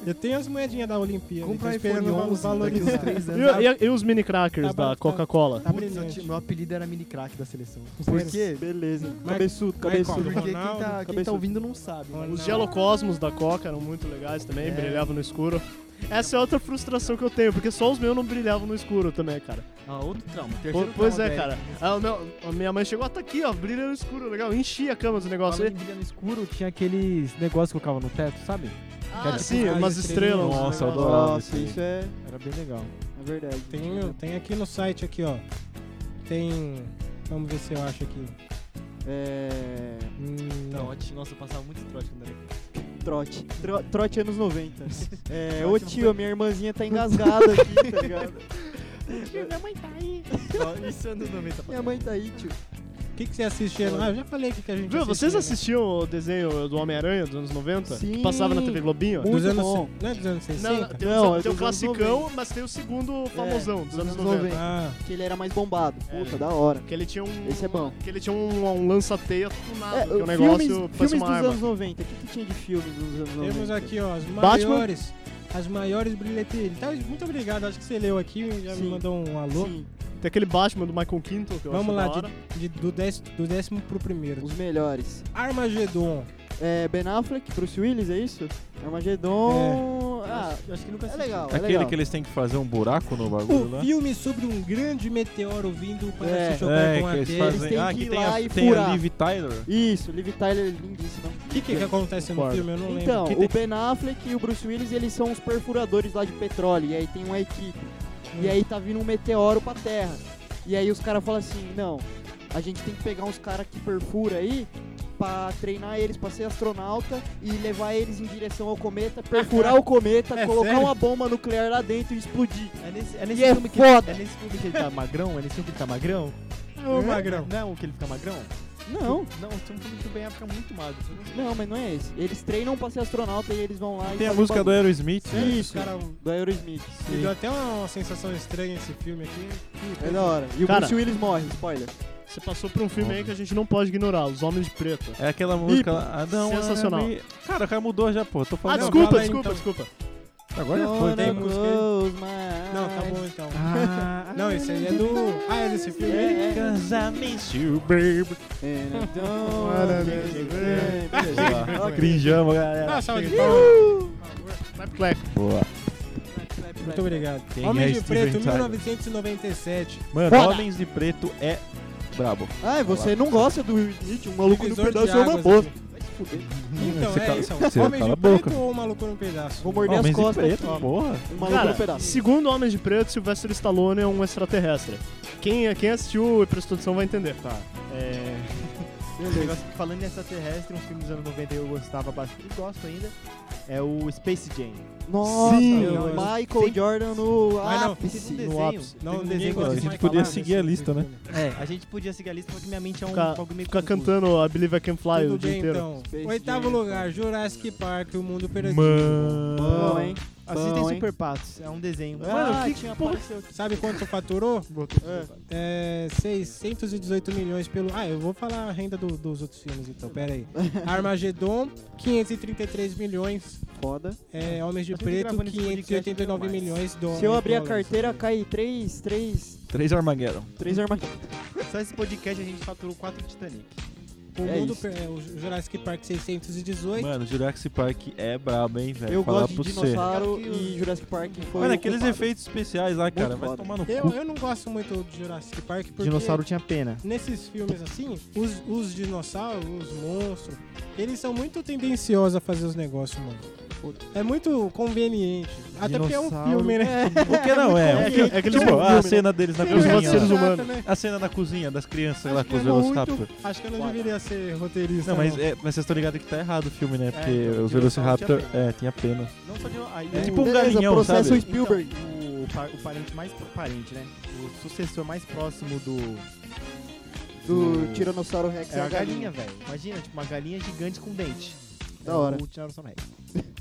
E: Eu tenho as moedinhas da Olimpíada.
G: Compra
E: tô
G: um
E: esperando
G: iPhone
E: val-
G: 11
E: valorizar.
G: daqui uns três anos.
I: E, e- e os mini crackers
E: Tá
I: da
E: barato.
I: Coca-Cola?
E: Tá
G: Putz, eu
E: brilhante.
G: tinha- meu apelido era mini crack da seleção.
D: Por
E: Sério?
D: quê? Beleza.
E: Mas-
D: Cabeçudo,
E: mas
D: cabeçudo.
E: é como?
G: Porque quem
E: Ronaldo,
G: tá, quem tá
D: cabeçudo.
G: ouvindo não sabe. né?
E: Ronaldo.
I: Os gelocosmos da Coca eram muito legais também,
G: É.
I: brilhavam no escuro. Essa é outra frustração que eu tenho, porque só os meus não brilhavam no escuro também, cara.
G: Ah, outro trauma.
I: Po-
G: Terceiro tá
I: pois
G: trauma
I: é,
G: do
I: cara. Ah, o meu- a minha mãe chegou até aqui, ó, brilha no escuro, legal. Eu Enchi a cama dos
G: Eric.
I: negócios
G: Falando
I: aí.
G: em brilha no escuro, tinha aqueles negócios que colocava no teto, sabe?
I: Ah,
G: tipo,
I: sim,
E: ah,
I: umas
E: estrelinha.
I: estrelas. uns
F: Nossa, eu
I: negócios.
F: adorava
D: Nossa,
F: esse
D: isso é...
G: Era bem legal.
D: é É verdade.
E: Tem, tem aqui no site aqui, ó. Tem. Vamos ver se eu acho aqui.
D: É.
E: Hum, não.
G: Trote. Nossa, eu passava muito trote quando era
D: Trote. Tro- trote anos 90. É, ô tio, a minha irmãzinha tá engasgada aqui, tá ligado?
G: criança. Isso é anos 90.
D: Minha mãe tá aí, tio.
E: O que, que você assiste? Ah, eu já falei o que que a gente
I: Viu, vocês
E: assistia, né?
I: assistiam o desenho do Homem-Aranha dos anos 90?
D: Sim.
I: Que passava na TV Globinho?
D: Muito
E: Dos anos,
D: bom.
E: Não é dos anos 60?
I: Não, não, tem,
D: Não,
I: o,
D: é
I: tem o
D: dos anos
I: classicão,
D: 90.
I: mas tem o segundo
D: É,
I: famosão, dos anos 90.
E: Ah,
D: Que ele era mais bombado. Puta,
I: É.
D: da hora.
I: Que ele tinha um.
D: Esse é bom.
I: Que ele tinha um, um lança-teia tunado.
D: É,
I: que o
D: filmes-
I: um negócio
D: filmes,
I: parece uma
D: dos
I: arma.
D: anos 90. O que, que tinha de filme dos anos 90?
E: temos aqui, ó, as
D: Batman?
E: maiores. As maiores bilheterias. Tá, muito obrigado, acho que você leu aqui, já
D: Sim.
E: me mandou um alô.
D: Sim,
I: Tem aquele Batman do Michael Keaton, que eu
E: Vamos
I: acho
E: lá,
I: da hora.
E: de- do, dez, do décimo pro primeiro.
D: os melhores.
E: Armagedon.
D: É, ben Affleck, Bruce Willis, é isso? Armagedon. Ah,
G: Eu acho que nunca
D: é
G: assisti.
D: legal. é
F: Aquele
D: legal.
F: que eles têm que fazer um buraco no bagulho
E: O
F: lá.
E: filme sobre um grande meteoro vindo para
D: É.
E: se chocar
F: é,
E: com a
F: que eles
E: Terra.
D: fazem-
F: fazem.
D: têm
F: Ah,
D: que
F: que
D: ir
F: tem
D: lá
F: a,
D: e
F: tem a
D: furar.
F: Liv Tyler.
D: Isso, Liv Tyler é lindíssimo.
E: O que, que, que acontece no
I: Concordo.
E: filme? Eu não
D: Então,
E: lembro.
D: o Ben Affleck e o Bruce Willis, eles são os perfuradores lá de petróleo, e aí tem uma equipe. E aí tá vindo um meteoro pra Terra. E aí os caras falam assim, não, a gente tem que pegar uns caras que perfura aí pra treinar eles pra ser astronauta e levar eles em direção ao cometa, perfurar o cometa,
E: É
D: colocar
E: sério?
D: uma bomba nuclear lá dentro e explodir.
G: É nesse, é nesse
D: E é
G: filme que
D: foda.
G: É nesse filme que ele tá magrão? É nesse filme que ele tá magrão? É?
E: Ô, Magrão.
G: Não, que ele fica magrão?
D: Não,
G: Não, tem um filme que o Ben fica muito magro. Eu não sei.
D: não, mas não é esse. Eles treinam pra ser astronauta e eles vão lá e
F: Tem a
D: fazem
F: música do
D: bagulho.
F: Aerosmith. né?
D: Isso,
E: Cara,
D: do Aerosmith.
E: me deu até uma, uma sensação estranha esse filme aqui.
D: É da hora. E o
I: Cara-
D: Bruce Willis morre, spoiler.
I: Você passou por um filme aí que a gente não pode ignorar, Os Homens de Preto.
F: É aquela música lá. Ah, não,
I: sensacional.
F: ah, me- Cara, o cara mudou já, pô. Tô
I: Ah,
F: falando.
I: desculpa,
E: fala aí,
I: desculpa,
E: então.
I: desculpa.
E: Agora já foi, tem música aí. Não, tá bom então. Não, esse aí é do. Ah, é desse filme? aí?
D: É, é. And I don't wanna be your friend. Beleza. Ok.
F: Crinjamos, galera.
E: Ah, salve de palmas.
I: Clap, clap.
F: Boa.
E: Muito obrigado.
F: Quem
E: Homem
F: é
E: de
F: Steven
E: Preto,
F: Tyler?
E: 1997.
F: Mano,
D: Foda.
F: Homens de Preto é brabo.
D: Ai, você não gosta do Will Smith, um maluco no
E: Divisor de
D: pedaço é uma
E: águas
D: bosta.
E: aqui.
D: Vai se fuder.
E: Então,
F: Você
E: é
F: cala-
E: isso.
F: você
E: Homem
F: cala
E: de
F: a boca.
E: Preto ou Maluco no Pedaço?
D: Vou morder
F: Homens
D: as
F: de
D: costas.
F: Preto,
D: aqui, ó.
F: porra.
D: Um maluco
I: Cara,
D: no pedaço.
I: segundo Homens de Preto, Sylvester Stallone é um extraterrestre. Quem, quem assistiu e prestou atenção vai entender. Tá. É...
G: Esse negócio- Falando em extraterrestre, um filme dos anos 90 eu gostava bastante, e gosto ainda, é o Space Jam.
D: Nossa,
E: Sim,
D: meu,
E: eu-
D: Michael Jordan no
E: Mas não,
G: Teve um
D: ápice.
G: desenho,
E: ápice.
G: teve
E: Não,
G: um
E: ninguém
G: desenho que
E: gosta
F: a
G: eu
F: gente
E: mais
F: podia
E: falar
F: seguir a
E: nesse-
F: lista, né?
E: nesse filme.
G: É, a gente podia seguir a lista, só que minha mente é um
I: Ficar-
G: algo meio
I: Fica
G: confuso.
I: cantando a Believe I Can Fly o
E: Tudo
I: dia
E: bem,
I: inteiro.
E: então.
D: Space
E: Oitavo
D: Jam.
E: lugar, Jurassic Park, O Mundo Perdido.
D: Bom, hein?
G: Assistem
D: Bom, hein?
G: Super Patos, é um desenho.
D: Ah,
I: que
D: tinha
I: porra-
D: aparecido aqui.
E: Sabe quanto faturou?
D: É.
E: É, 618 milhões pelo. Ah, eu vou falar a renda do- dos outros filmes então, pera aí. Armagedon, 533 milhões.
D: Foda.
E: É, Homens de
G: Nós temos
E: Preto,
G: gravando esse podcast,
E: 589
G: não mais.
E: milhões. Do
D: Se eu abrir a carteira, cai três, três,
F: Três Armageddon.
D: três armadilhas.
G: Só esse podcast a gente faturou 4 Titanic.
E: O,
D: É
E: mundo,
D: isso.
E: Per- é, o Jurassic Park 618.
F: Mano, Jurassic Park é brabo, hein, velho.
D: Eu
F: Falar
D: gosto de
F: pro cê.
D: dinossauro
G: Cara, que
D: e Jurassic Park foi
F: Mano,
D: o
F: aqueles
D: culpado.
F: efeitos especiais lá, cara. Vai
D: foda.
F: tomar no
E: Eu,
F: cu.
E: eu não gosto muito de Jurassic Park porque
G: Dinossauro tinha pena.
E: nesses filmes assim, os, os dinossauros, os monstros, eles são muito tendenciosos a fazer os negócios, mano. É muito conveniente. Até porque é um
G: Dinossauro.
E: filme, né?
F: Por que não? É,
I: É que- é que eles
F: tipo,
I: são
F: a
D: né?
I: filme,
F: cena deles na
E: Filme
I: Os
E: é
I: outros seres
F: cozinha.
E: chato,
I: humanos.
E: né?
F: A cena na cozinha das crianças lá
E: Acho
F: com os
E: que é muito-
F: Velociraptor.
E: Acho que eu não deveria ser roteirista.
F: Não, mas,
D: né?
E: não.
F: é, mas vocês estão ligados que tá errado o filme,
D: É,
F: né? Porque
G: então,
F: os
G: dinossauro tinha
F: Velociraptor, é, tinha pena.
G: Não só de... Aí,
E: É
G: o-
F: tipo um
D: Beleza,
F: galinhão,
D: processo
F: sabe?
D: Spielberg.
G: Então, o, par- o parente mais pro- parente, né? O sucessor mais próximo do.
D: do Tiranossauro Rex
G: É a galinha, velho. Imagina, tipo, uma galinha gigante com dente.
D: Da
G: É
D: hora.
G: O Tiranossauro Rex.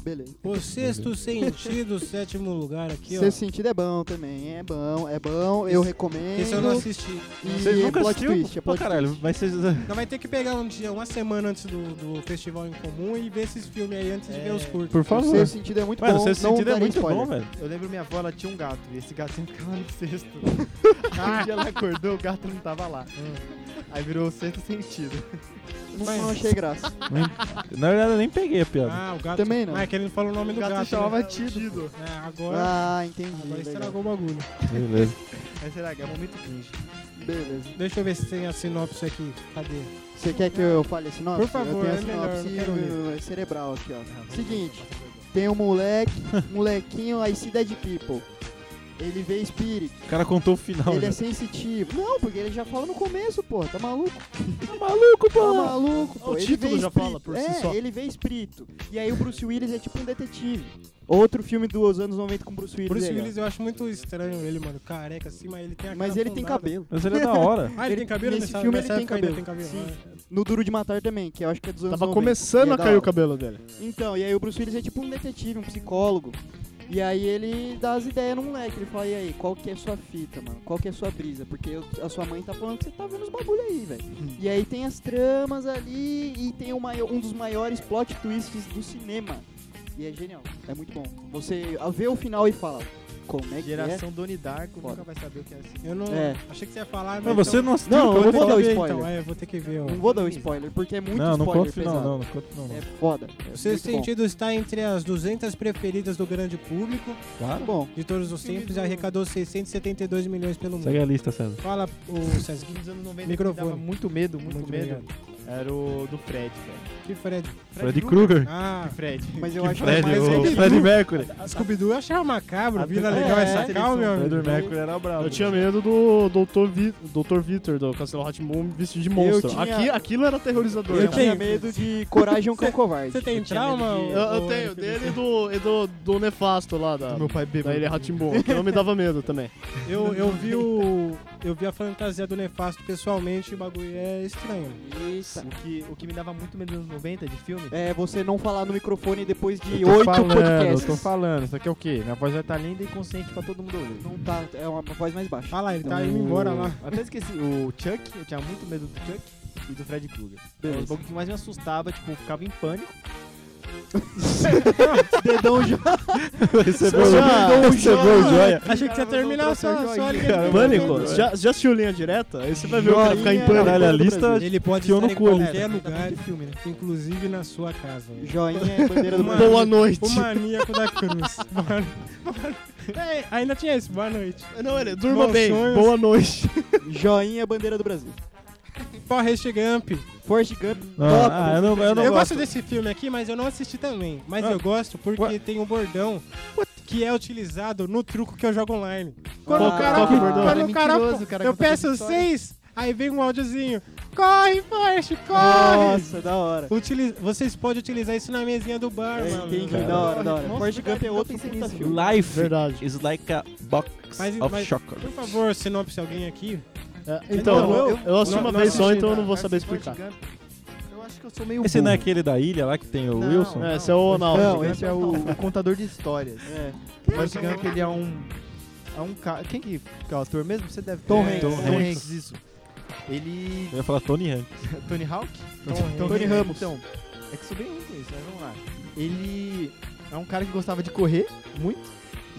D: Beleza.
E: O sexto sentido, sétimo lugar aqui, ó.
D: Sexto sentido é bom também, é bom, é bom, eu recomendo.
E: Esse eu não assisti.
D: E
F: Vocês
D: é
F: nunca
D: plot
F: assistiram?
D: twist, é
F: Pô,
D: plot
F: caralho, mas vocês...
E: Não vai ter que pegar um dia, uma semana antes do, do festival em comum e ver esses filmes aí antes de
D: É.
E: ver os curtos.
F: Por
D: O
F: favor.
D: sexto sentido é muito
F: Mano, o
D: bom,
F: sexto
D: não
F: sentido é
D: darei
F: muito
D: spoiler.
F: bom, velho.
G: Eu lembro minha avó, ela tinha um gato. E esse gato sempre ficava no cesto. Aí um dia ela acordou, o gato não tava lá. Hum. Aí virou o sexto sentido.
D: Não,
E: Mas-
D: não achei graça.
F: Na verdade, eu nem peguei a piada.
E: Ah, o gato.
D: Também não.
E: Ah, é que ele não falou o nome
G: O
E: do
G: gato
E: gato.
G: chamava
E: né?
G: Tido.
E: É, agora.
D: Ah, entendi.
E: Agora
D: legal.
E: estragou o bagulho.
D: Ah.
F: Beleza.
G: Aí será que é um momento cringe?
D: Beleza.
E: Deixa eu ver se tem a sinopse aqui. Cadê?
D: Você quer que eu fale a sinopse?
E: Por favor,
D: eu tenho a
E: é melhor,
D: sinopse
E: eu quero
D: eh, cerebral
G: Tá
D: aqui, ó. Seguinte, tem um moleque, molequinho, I see dead people. Ele vê espírito.
F: O cara contou o final. né?
D: ele
F: já.
D: é sensitivo. Não, porque ele já fala no começo, pô. Tá maluco?
F: Tá maluco,
D: Tá
F: pô!
D: maluco, pô.
I: O
D: Ele
I: título
D: vê
I: já
D: espírito.
I: fala por si
D: é,
I: só.
D: ele vê espírito. E aí o Bruce Willis é tipo um detetive. Outro filme dos anos 90 com Bruce Willis. é
E: Bruce
D: aí, ó.
E: Willis eu acho muito estranho ele, mano. Careca assim, mas ele tem
I: é
E: a
D: Mas
E: cara
D: ele tem
E: afundada.
D: cabelo.
F: Mas ele é da hora.
E: Ah, ele,
D: Ele-
E: tem cabelo
D: nesse
E: nessa-
D: filme
E: nessa
D: ele
E: época
D: tem
E: ainda
D: cabelo.
E: tem cabelo. né?
D: No Duro de Matar também, que eu acho que é dos anos
I: Tava
D: 90,
I: começando
D: e é da
I: a cair o
D: hora.
I: cabelo dele.
D: Então, e aí o Bruce Willis é tipo um detetive, um psicólogo. E aí ele dá as ideias no moleque, ele fala, e aí, qual que é a sua fita, mano? Qual que é a sua brisa? Porque eu- a sua mãe tá falando que você tá vendo os bagulho aí, velho. E aí tem as tramas ali e tem o maior- um dos maiores plot twists do cinema. E é genial, é muito bom. Você vê o final e fala, como é que
G: Geração Doni Darko
D: Foda.
G: nunca vai saber o que é assim.
E: Eu não.
D: É.
E: Achei que você ia falar, mas.
F: Mas você não assistiu.
D: Não,
F: cara.
D: eu
E: então,
D: vou dar
E: ter
D: o
E: que ver,
D: spoiler.
E: então. É, eu vou ter que ver. ó.
D: é? Não vou dar o spoiler, porque é muito
F: Não, não
D: spoiler
F: conta o final,
D: pesado.
F: não. Não conta o final, não.
D: É foda. É
E: O
D: muito
E: Sexto
D: bom.
E: Sentido está entre as 200 preferidas do grande público
D: Muito bom.
E: de todos os tempos e arrecadou 672 milhões pelo mundo.
F: Segue a lista, César.
E: Fala, o César.
G: Nos anos 90
E: Microfone.
G: me dava muito medo, muito,
E: Muito
G: medo.
E: obrigado.
G: Era o do Fred, cara.
E: Que Fred.
F: Freddy Krueger.
E: Ah,
G: Fred.
D: Mas eu acho
F: Fred,
D: que é mais
F: o
D: ele-
F: Freddy Mercury.
D: Ah,
E: Scooby-Doo eu achava macabro.
G: A
E: Vila
G: do-
E: Legal
D: tá. é,
E: essa
D: é,
E: calma, meu
F: Freddy
E: amigo.
F: Mercury era brabo.
I: Eu tinha medo do Dr. Vi Dr. Vitor, do Castelo Rá-Tim-Bum vestido de monstro.
D: tinha-
I: Aqui, aquilo era aterrorizador.
E: Eu
D: Eu
I: né?
E: tenho-
D: tinha medo de Coragem é um Cão Covarde.
E: Você tem
G: Eu tinha
E: trauma?
G: medo de-
E: ô-
I: Eu, eu
E: ô,
I: tenho,
E: Felipe?
I: dele e do, e do, do Nefasto lá, da,
G: Meu pai bebeu.
I: da Ilha Rá-Tim-Bum. Aquilo me dava medo também.
E: Eu, eu vi o. Eu vi a fantasia do Nefasto pessoalmente e o bagulho é estranho.
D: Eita.
G: O que, o que me dava muito medo nos anos 90 de filme.
D: É você não falar no microfone depois de
G: Eu tô
D: oito
G: falando,
D: podcasts.
G: Eu tô falando, isso aqui é o quê? Minha voz vai estar linda e consciente pra todo mundo ouvir.
D: Não tá, é uma voz mais baixa.
E: Ah lá, ele tá
D: Então,
E: indo embora lá.
G: Até esqueci, o Chuck, eu tinha muito medo do Chuck e do Fred Krueger. Era O
D: Beleza.
G: bagulho que mais me assustava, tipo, eu ficava em pânico.
D: Dedão já.
G: Recebeu
D: Dedão
G: é
D: já.
G: joia.
E: Achei que você ia terminar só, só ali. né?
G: cara.
I: Pânico?
E: é.
I: Você já, já assistiu linha direta? Aí você vai ver o cara ficar em
D: Joinha.
I: pânico.
F: Caralho, a lista
E: Ele pode
F: Enfiou
E: estar
F: no
E: em
F: cu ali.
E: qualquer lugar,
G: filme, né?
E: inclusive na sua casa. velho.
D: Joinha é bandeira do
E: Uma-
D: Brasil.
I: Boa noite.
E: O maníaco da cruz. Mano, É, ainda tinha isso. Boa noite.
I: Não,
G: é
I: ele, durma
E: Bons
I: bem.
E: sonhos.
I: Boa noite.
D: Joinha é bandeira do Brasil.
E: Forrest Gump.
D: Forrest Gump.
F: Ah,
D: top.
F: ah, eu não, eu não
E: Eu
F: gosto.
E: gosto desse filme aqui, mas eu não assisti também. Mas
F: Ah.
E: eu gosto porque
F: Ué.
E: tem um bordão que é utilizado no truco que eu jogo online.
D: Qual-
E: Quando o cara.
I: qual que é o bordão?
E: Quando
G: É
E: o cara,
G: mentiroso, o cara
E: eu
G: conta toda a
E: peço
G: história.
E: seis, aí vem um áudiozinho. Corre, Forrest,
G: ah, é.
E: corre!
D: Nossa, da hora.
E: Utili- Vocês podem utilizar isso na mesinha do bar,
D: É,
E: mano.
D: entendi,
F: cara.
D: da hora, da hora.
G: Nossa,
D: Forrest Gump
G: verdade,
D: é outro
G: eu pensei
D: puta
G: nisso.
D: filme.
F: Life
I: Verdade.
F: is like a box
E: Mas-
F: of
E: mas-
F: chocolate.
E: Por favor, sinopse alguém aqui.
G: assim.
I: É, então,
E: Então,
I: eu,
E: eu-
I: eu assisti
E: não-
I: uma
E: não
I: vez só,
E: assisti,
G: tá?
I: então eu não
E: não.
I: vou saber
G: é
I: explicar.
G: Eu acho que eu sou meio
F: Esse não é
G: burro.
F: aquele da ilha lá que tem o
G: Não,
F: Wilson?
I: É, esse é o
D: Não,
I: Náufrago.
D: esse
G: Esse é o, o contador de histórias.
D: É.
G: Forrest Gump, ele é um... É um cara... Quem que é o ator mesmo? Você deve
D: Tom
G: É,
D: Hanks.
G: Tom
D: Tom
G: Hanks, isso. Ele...
F: Eu ia falar Tony Hanks.
G: Tony Hawk?
D: Tony Ramos.
G: Então, é que sou bem ruim com isso, mas vamos lá. Ele é um cara que gostava de correr muito.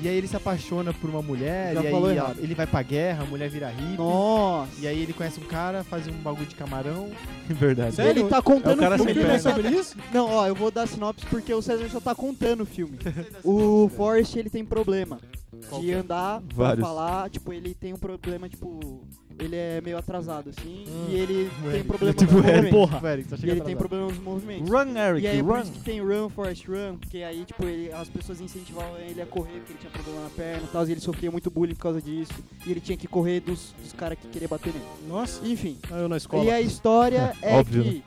G: E aí ele se apaixona por uma mulher.
D: Já
G: e
D: falou
G: aí a-
D: errado.
G: ele vai pra guerra, a mulher vira hippie.
D: Nossa.
G: E aí ele conhece um cara, faz um bagulho de camarão.
F: Verdade.
E: Sério?
D: Ele tá contando
F: É o cara
D: o filme.
F: sem
D: ele
E: filme é
F: perna.
D: tá-
E: sobre isso?
D: Não, ó, eu vou dar sinopse porque o César só tá contando o filme. O Forrest, ele tem problema de andar, pra
F: Vários.
D: falar, tipo, ele tem um problema, tipo, ele é meio atrasado, assim,
E: Hum.
D: e ele tem
G: Eric.
D: problema
G: Tipo
D: nos
G: o Eric.
D: movimentos.
I: Porra.
G: Tipo, Eric, só
D: E
G: chega
D: ele tem
G: atrasado.
D: problema nos movimentos.
F: Run, Eric,
D: E aí é por
F: run.
D: isso que tem Run, Forrest, Run, porque aí, tipo, ele, as pessoas incentivavam ele a correr, porque ele tinha problema na perna e tal, e ele sofria muito bullying por causa disso, e ele tinha que correr dos, dos caras que queriam bater nele.
E: Nossa.
D: Enfim,
I: Ah, eu na
D: e
I: escola.
D: a história é
F: Óbvio, né?
D: que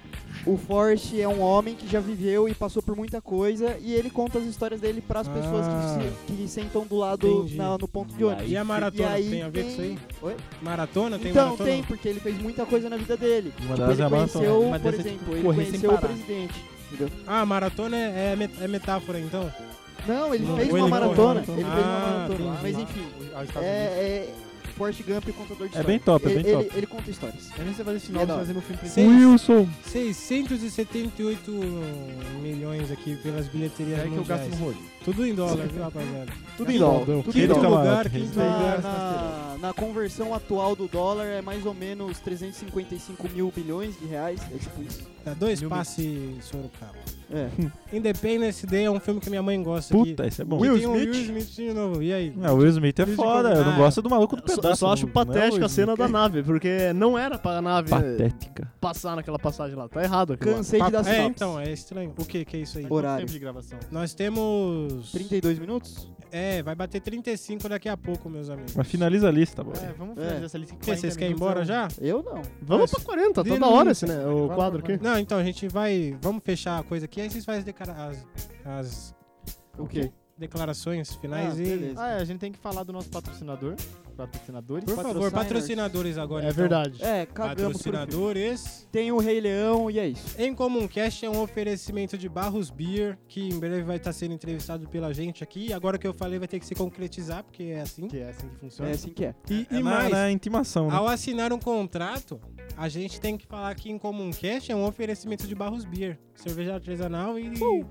D: o Forrest é um homem que já viveu e passou por muita coisa e ele conta as histórias dele para as pessoas
E: Ah.
D: que, se, que sentam do lado
E: Entendi.
D: na- no ponto de ônibus.
E: E a maratona
D: aí
E: tem a ver com isso aí?
D: Oi?
E: Maratona? Tem
D: então,
E: maratona?
D: tem, porque ele fez muita coisa na vida dele.
F: Uma
D: Tipo,
F: das é
D: ele
F: a maratona.
D: conheceu,
G: Mas
D: por
G: deve ser,
D: exemplo,
G: tipo,
D: ele
G: correr sem
D: conheceu o
G: parar.
D: presidente. Entendeu?
E: Ah, maratona é, é met- é metáfora, então?
D: Não, ele
G: Não,
D: fez
E: ou
D: uma
E: ele
D: maratona.
G: correu,
D: Ele
E: então.
D: fez uma
E: Ah,
D: maratona.
E: entendi. Tá
D: Mas enfim,
G: Lá, os Estados Unidos.
D: é, é Forrest Gump e contador de
F: É
D: histórias.
F: bem top, é
D: ele,
F: bem top.
D: Ele, ele conta histórias.
G: Eu nem sei
D: E
G: fazer
D: é
G: sinal
D: da
G: pra
D: hora.
G: fazer meu filme principal.
E: Seis-
F: Wilson.
E: 678 milhões aqui pelas bilheterias
G: É que eu gasto
E: mundiais.
G: no rolê.
E: Tudo em dólar, viu, rapaziada?
D: Tudo em dólar.
F: Tudo
E: Quinto
F: em dólar.
E: lugar, quinto
D: Na,
E: lugar.
D: na, na conversão atual do dólar é mais ou menos 355 mil bilhões de reais. É tipo isso.
E: Dá Tá dois
G: Mil
E: passes Sorocaba.
D: É.
E: Independence Day é um filme que minha mãe gosta. que-
F: Puta, esse é bom.
E: que
I: Will
E: tem um
I: Smith?
E: Will Smith de novo. E aí?
F: Ah, o Will Smith é
E: Will Smith
F: foda. Eu não
E: é-
F: gosto do maluco do
I: Eu só,
F: pedaço.
I: eu só acho
F: não- não é o
I: patética a
F: Will
I: cena
F: Smith,
I: da nave, porque não era pra nave
F: é Patética.
I: passar naquela passagem lá. Tá errado aquilo lá.
D: Cansei de dar
E: É,
D: sinopse.
E: então, é estranho. O que que é isso aí?
D: Horário.
G: de gravação.
E: Nós temos...
D: 32 minutos?
E: É, vai bater 35 daqui a pouco, meus amigos.
F: Mas finaliza a lista, boy.
G: É, vamos
D: É.
G: finalizar essa lista.
E: O quê? Vocês querem ir embora já?
D: Eu não.
E: Mas-
I: Vamos pra 40,
E: Denúncia.
I: toda hora esse, né? O
G: Vai,
I: quadro
G: vai,
I: aqui.
E: Não, então, a gente vai... Vamos fechar a coisa aqui, aí vocês fazem as, declara- as- as
D: O quê?
E: declarações finais
D: Ah,
E: e...
D: beleza.
G: Ah, é, a gente tem que falar do nosso patrocinador. Patrocinadores.
E: Por favor, patrocinadores agora,
I: É
E: então.
I: verdade.
D: É, cagamos por filme.
E: Patrocinadores...
D: Tem o Rei Leão e é isso.
E: Em Comum Cast é um oferecimento de Barros Beer, que em breve vai estar sendo entrevistado pela gente aqui. Agora que eu falei vai ter que se concretizar, porque é assim.
G: Que é assim que funciona.
D: É assim que é.
E: E,
F: É
E: e
F: na,
E: mais,
F: na intimação, né?
E: ao assinar um contrato, a gente tem que falar que em Comum Cast é um oferecimento de Barros Beer, cerveja artesanal e,
F: Uh,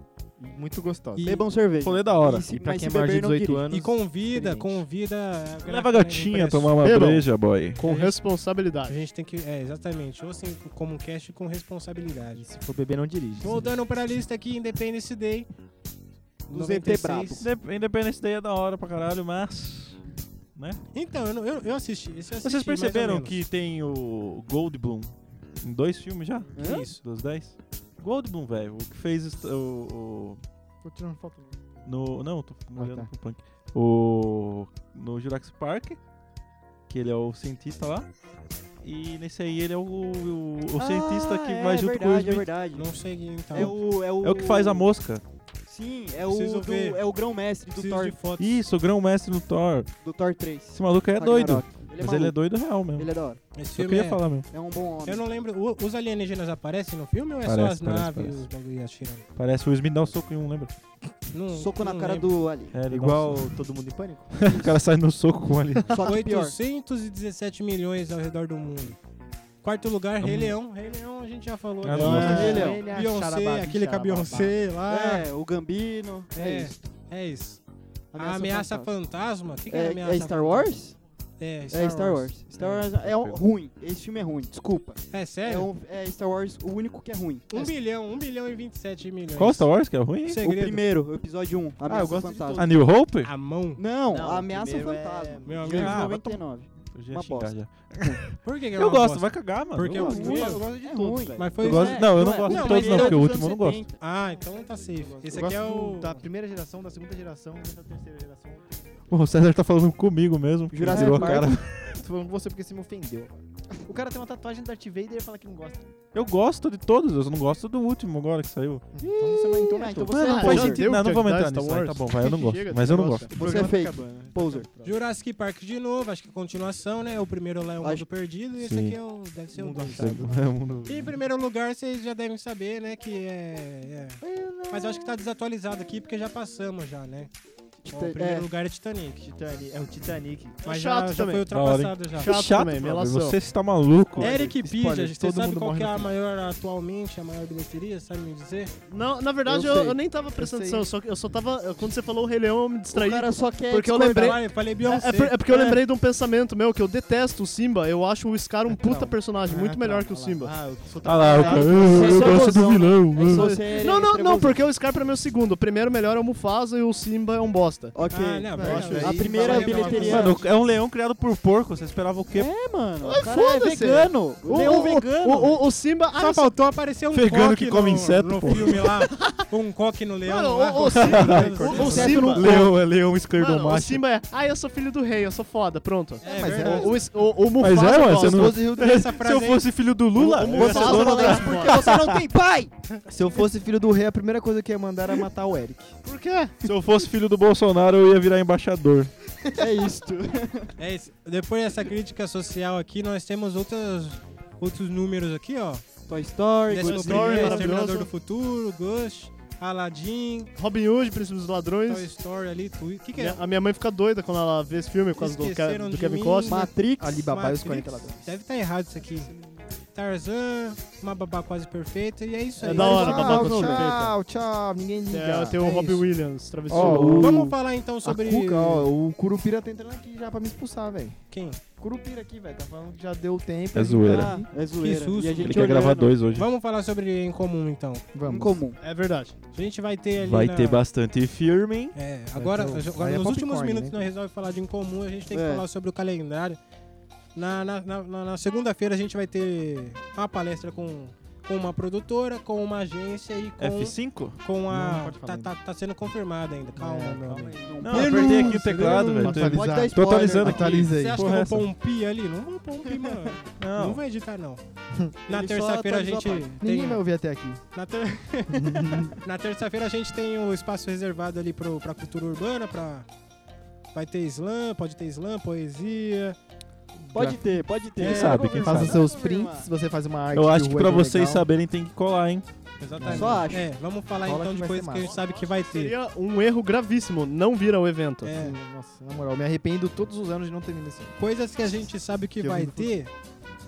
G: Muito gostoso.
E: E-
D: Bebam cerveja.
F: Rolê da hora.
D: E, se,
G: E pra
D: mas
G: quem é
D: se
G: maior de
D: beber, não
G: 18
D: dirige.
G: anos.
E: e convida,
G: experiente.
E: convida.
F: Leva a gatinha a tomar um- uma
I: Bebam.
F: breja, boy.
I: Com
E: É. A
I: responsabilidade.
E: gente tem que, é, exatamente, ou assim, como um cast com responsabilidade.
G: E se for beber, não dirige.
E: Voltando para a lista aqui, Independence Day.
D: Dos ET brabo.
F: Indep- Independence Day é da hora pra caralho, mas. Né?
E: Então, eu, não- eu, eu assisti. esse eu
F: Vocês
E: assisti, mais ou
F: perceberam
E: menos.
F: que tem o Goldblum em dois filmes já?
D: Hã?
F: Isso, dos dez? Goldblum, velho, o que fez est- o. o-
G: Vou tirar uma foto.
F: no, não, tô olhando
D: tá.
F: pro punk. O. No Jurassic Park, que ele é o cientista lá. E nesse aí ele é o, o, o cientista que
D: Ah,
F: vai
D: é
F: junto com o Will
D: verdade, É
F: Smith.
D: verdade,
E: Não sei, então.
D: é o, é o...
F: É o que faz a mosca.
D: Sim, é
E: Preciso
D: o, do-
E: ver.
D: é o grão-mestre do
E: Preciso
D: Thor,
E: de fotos.
F: Isso, o grão-mestre no Thor.
D: do Thor 3.
F: Esse maluco aí é doido.
D: Ragnarok. Ele é
F: mas ele é
D: maluco.
F: doido real mesmo.
D: Ele é da hora.
E: Esse
F: Eu
E: filme
F: queria
E: é-
F: falar mesmo.
D: É um bom homem.
E: Eu não lembro. o- Os alienígenas aparecem no filme ou é só
F: Parece,
E: as
F: parece,
E: naves
F: parece.
E: os bagulho atirando?
F: Parece o Will Smith dá um soco em um, lembra?
E: Não,
D: Soco na
E: não
D: cara
E: lembro.
D: do Ali.
F: É, ele dá um
G: Igual
F: soco.
G: todo mundo em pânico?
F: o cara sai no soco com um ele.
D: Só que pior.
E: 817 milhões ao redor do mundo. Quarto lugar, Rei Leão. Rei Leão a gente já falou.
F: Ah,
E: aqui.
F: não,
E: É,
D: Rei Leão.
E: Beyoncé, aquele com a Beyoncé lá.
D: É, o Gambino. É,
E: É,
D: isso.
E: é isso. A ameaça fantasma. O que, que é,
D: É,
E: ameaça
D: é Star Wars?
E: É,
D: É Star Wars. Star Wars é um- ruim. Esse filme é ruim, desculpa.
E: É
D: É,
E: sério?
D: um, é Star Wars o único que é ruim.
E: Um
D: É
E: bilhão, um bilhão e 27 milhões.
F: Qual Star Wars que é ruim?
E: O
D: o
E: segredo.
D: primeiro, o episódio 1. Ameaça
G: eu gosto de
D: Fantasma.
F: A New Hope?
E: A mão.
D: Não,
G: Não,
D: a
G: o
D: Ameaça
G: primeiro é-
D: Fantasma.
E: Meu
D: De
E: amigo. Ah, vai
D: 99.
F: Eu já ia
D: Uma
F: xingar
D: bosta.
F: já.
E: Por que que é
F: Eu
E: uma
F: gosto,
E: bosta?
F: vai cagar, mano.
E: Porque
F: eu
E: o
F: gosto.
E: primeiro-
D: Eu gosto de
G: É
D: todos,
G: ruim.
D: velho.
E: Mas foi
F: Eu gosto- não, eu não
D: é.
F: gosto
E: de
D: mas
E: todos,
D: ele
E: não,
D: é
E: porque
F: o
D: dos
F: último eu não
D: anos
F: gosto.
D: 70.
E: Ah, então tá safe. Esse
G: Eu
E: aqui é
G: gosto
E: o.
G: da primeira geração, da segunda geração, da terceira geração.
F: Pô, o César tá falando comigo mesmo. porque
D: Jurassic
F: virou a
D: Park.
F: cara.
G: Tô falando com você porque você me ofendeu. O cara tem uma tatuagem do Darth Vader e fala que não gosta.
F: Eu gosto de todos, eu só não gosto do último agora que saiu.
G: Então você não então não é
D: Ah,
G: todo.
D: então
G: Você
D: você
G: não
D: é
G: faz
I: Poser.
G: sentido.
I: Deu
F: não, não vou
I: utilidade
F: entrar
I: Star
F: nisso. Aí, tá
I: Wars.
F: bom, vai, eu não gosto.
G: Chega,
F: mas eu não
G: desgosta.
F: gosto.
G: O
D: Você
G: programa
D: é
G: tá
D: fake.
G: acabando, né?
D: Poser.
E: Jurassic Park de novo, acho que continuação, né? O primeiro lá é o
D: Acho-
E: mundo perdido e esse
F: Sim.
E: aqui é o, deve ser o
G: Mundo
E: dois.
G: Perdido.
F: É um do-
E: E em primeiro lugar, vocês já devem saber, né? Que é, é. Mas eu acho que tá desatualizado aqui porque já passamos já, né? Ó,
D: Tita-
E: o primeiro
D: é.
E: lugar é Titanic.
G: Titanic, é o Titanic.
E: Mas
I: chato
E: já, já
I: também.
E: foi
F: Da hora, hein?
E: ultrapassado já.
I: Chato,
F: Chato,
I: também,
F: mano,
I: melação.
F: Você está maluco.
E: Eric Pidge,
G: spoiler,
E: você
G: todo
E: sabe
G: mundo
E: qual
G: morre
E: que é
G: no
E: a
G: fim.
E: maior atualmente, a maior bilheteria? Sabe me dizer?
I: Não, na verdade,
D: Eu
I: eu,
D: sei.
I: eu nem tava prestando
G: Eu sei.
I: atenção, só que eu só tava. eu- Quando você falou o Rei Leão, eu me distraí.
D: O cara só quer
I: Porque eu
D: discordar.
I: lembrei-
E: Falei, falei
I: É,
E: Beyoncé.
I: é por- é porque eu lembrei de um pensamento meu que eu detesto o Simba. Eu acho o Scar um
G: É,
I: puta personagem, muito melhor que o Simba.
G: Ah, eu sou
F: Ah lá, o cara.
D: Você
F: Eu
D: é
F: gosto do
D: cebosão,
F: vilão.
D: né? É
F: mano.
D: só ser
I: Não, não, não,
D: trevosão.
I: porque o Scar pra mim é o segundo. O primeiro melhor é o Mufasa e o Simba é um bosta.
D: Ok.
E: Ah, não,
I: eu
E: acho
D: a
E: isso.
D: primeira
E: Fala aí,
D: bilheteria.
E: Marcos.
F: Mano, é um leão criado por porco. Você esperava o quê?
D: É, mano.
I: Ai,
D: O cara é
I: foda-se.
D: vegano. O, leão vegano.
I: O, o- o Simba. Ah,
E: Só
I: isso-
E: faltou aparecer um
F: Vegano
E: coque
F: que come
E: no,
F: inseto,
E: no
F: pô.
E: filme lá. um coque no leão.
I: Mano,
E: lá.
I: o, o Simba. o- o,
D: Exceto
I: Simba.
D: no-
F: Leão é leão esquerdo
I: Mano, o
F: macho.
I: Simba é. Ah, eu sou filho do rei, eu sou foda, pronto.
E: É,
D: mas é
E: verdade.
I: O, o, o Mufasa.
F: Mas é, mano, você
I: bosta.
F: não.
E: Essa
F: Se eu
E: frase aí-
F: fosse filho do Lula,
I: O- o
F: eu ia ser
I: Mufasa
F: dono
I: fala
F: da-
I: isso porque-
D: Você não tem pai!
G: Se eu fosse filho do rei, a primeira coisa que ia mandar era matar o Eric.
I: Por quê?
F: Se eu fosse filho do Bolsonaro, eu ia virar embaixador.
D: É isto.
E: É isso. Depois dessa crítica social aqui, nós temos outras, outros números aqui, ó.
D: Toy Story,
E: Décimo
D: Good
I: Story,
E: primeiro,
I: maravilhoso.
E: Exterminador do Futuro, Gush, Aladdin,
I: Robin Hood, Príncipe dos
E: Toy
I: Ladrões.
E: Story ali, Twi- O que que é?
I: Minha- a minha mãe fica doida quando ela vê esse filme por causa do, Ke-
E: Esqueceram
I: do
E: de
I: Kevin
E: mim.
I: Costner.
D: Matrix.
G: Alibaba e
E: Matrix.
G: os 40 ladrões.
E: Deve estar errado isso aqui. Tarzan, uma babá quase perfeita, e é isso
I: É
E: aí.
I: da hora,
E: Vamos
I: da
E: falar-
I: hora.
G: tchau,
I: perfeita.
G: tchau, tchau, ninguém liga.
I: É, tem o
G: É
I: Robin
G: isso.
I: Williams, travessura.
G: Ó, o-
E: Vamos falar então
G: A
E: sobre...
G: Cuca, ó, o Curupira tá entrando aqui já pra me expulsar, velho.
E: Quem?
G: Curupira aqui, velho. Tá falando que já deu tempo.
F: É
G: a gente
F: zoeira.
G: tá-
D: Ah, é zoeira.
E: susto.
D: E a
F: Ele
D: gente
F: quer gravar
D: olhando.
F: dois hoje.
E: Vamos falar sobre em comum então.
G: Vamos.
D: Incomum.
I: É verdade.
E: A gente vai ter ali.
F: Vai
E: na-
F: ter bastante firme.
E: É, agora,
G: ter o-
E: agora
G: aí é
E: nos últimos
G: popcorn,
E: minutos
G: né?
E: nós resolvemos falar de incomum, a gente tem que
D: É.
E: falar sobre o calendário. Na, na, na, na- na segunda-feira a gente vai ter uma palestra com, com uma produtora, com uma agência e com,
F: F5?
E: com
G: Não, não
E: a.
G: pode
E: tá,
G: falar
E: tá, tá sendo confirmada ainda, calma,
G: É,
E: meu
G: calma
E: amigo.
F: Não, eu apertei aqui o teclado, velho.
G: Atualizar.
D: Pode dar spoiler.
F: Totalizando aqui.
G: Atualiza Tá aí.
E: Você acha que
F: Porra,
E: eu
F: essa.
E: vou pôr um pi ali? Não vou pôr um pi, mano. Não
F: Não.
E: vou editar, não. Na
D: Ele só
E: terça-feira a
D: atualizou
E: gente.
D: a
E: tem-
G: Ninguém vai ouvir até aqui.
E: Na, ter- Na terça-feira a gente tem o espaço reservado ali pro, pra cultura urbana, pra... Vai ter slam, pode ter slam, poesia.
D: Pode ter, pode ter.
E: Quem
D: É,
F: sabe,
D: vamos
F: quem
D: ver.
G: Faça
F: sabe.
D: Vamos
G: seus
D: confirmar.
G: prints, você faz uma arte.
F: Eu
G: de
F: acho que
G: web
F: pra vocês
G: legal.
F: saberem tem que colar, hein?
E: Exatamente.
D: Só acho.
E: É, vamos falar
G: Fala
E: então
G: que
E: de
G: vai ser
E: coisas que a gente
G: massa.
E: sabe que vai ter.
I: Seria um erro gravíssimo não vir ao evento.
E: É,
G: Nossa, na moral, eu me arrependo todos os anos de não ter vindo assim.
E: coisas que a gente sabe que
G: Que eu
E: vai
G: vi no
E: ter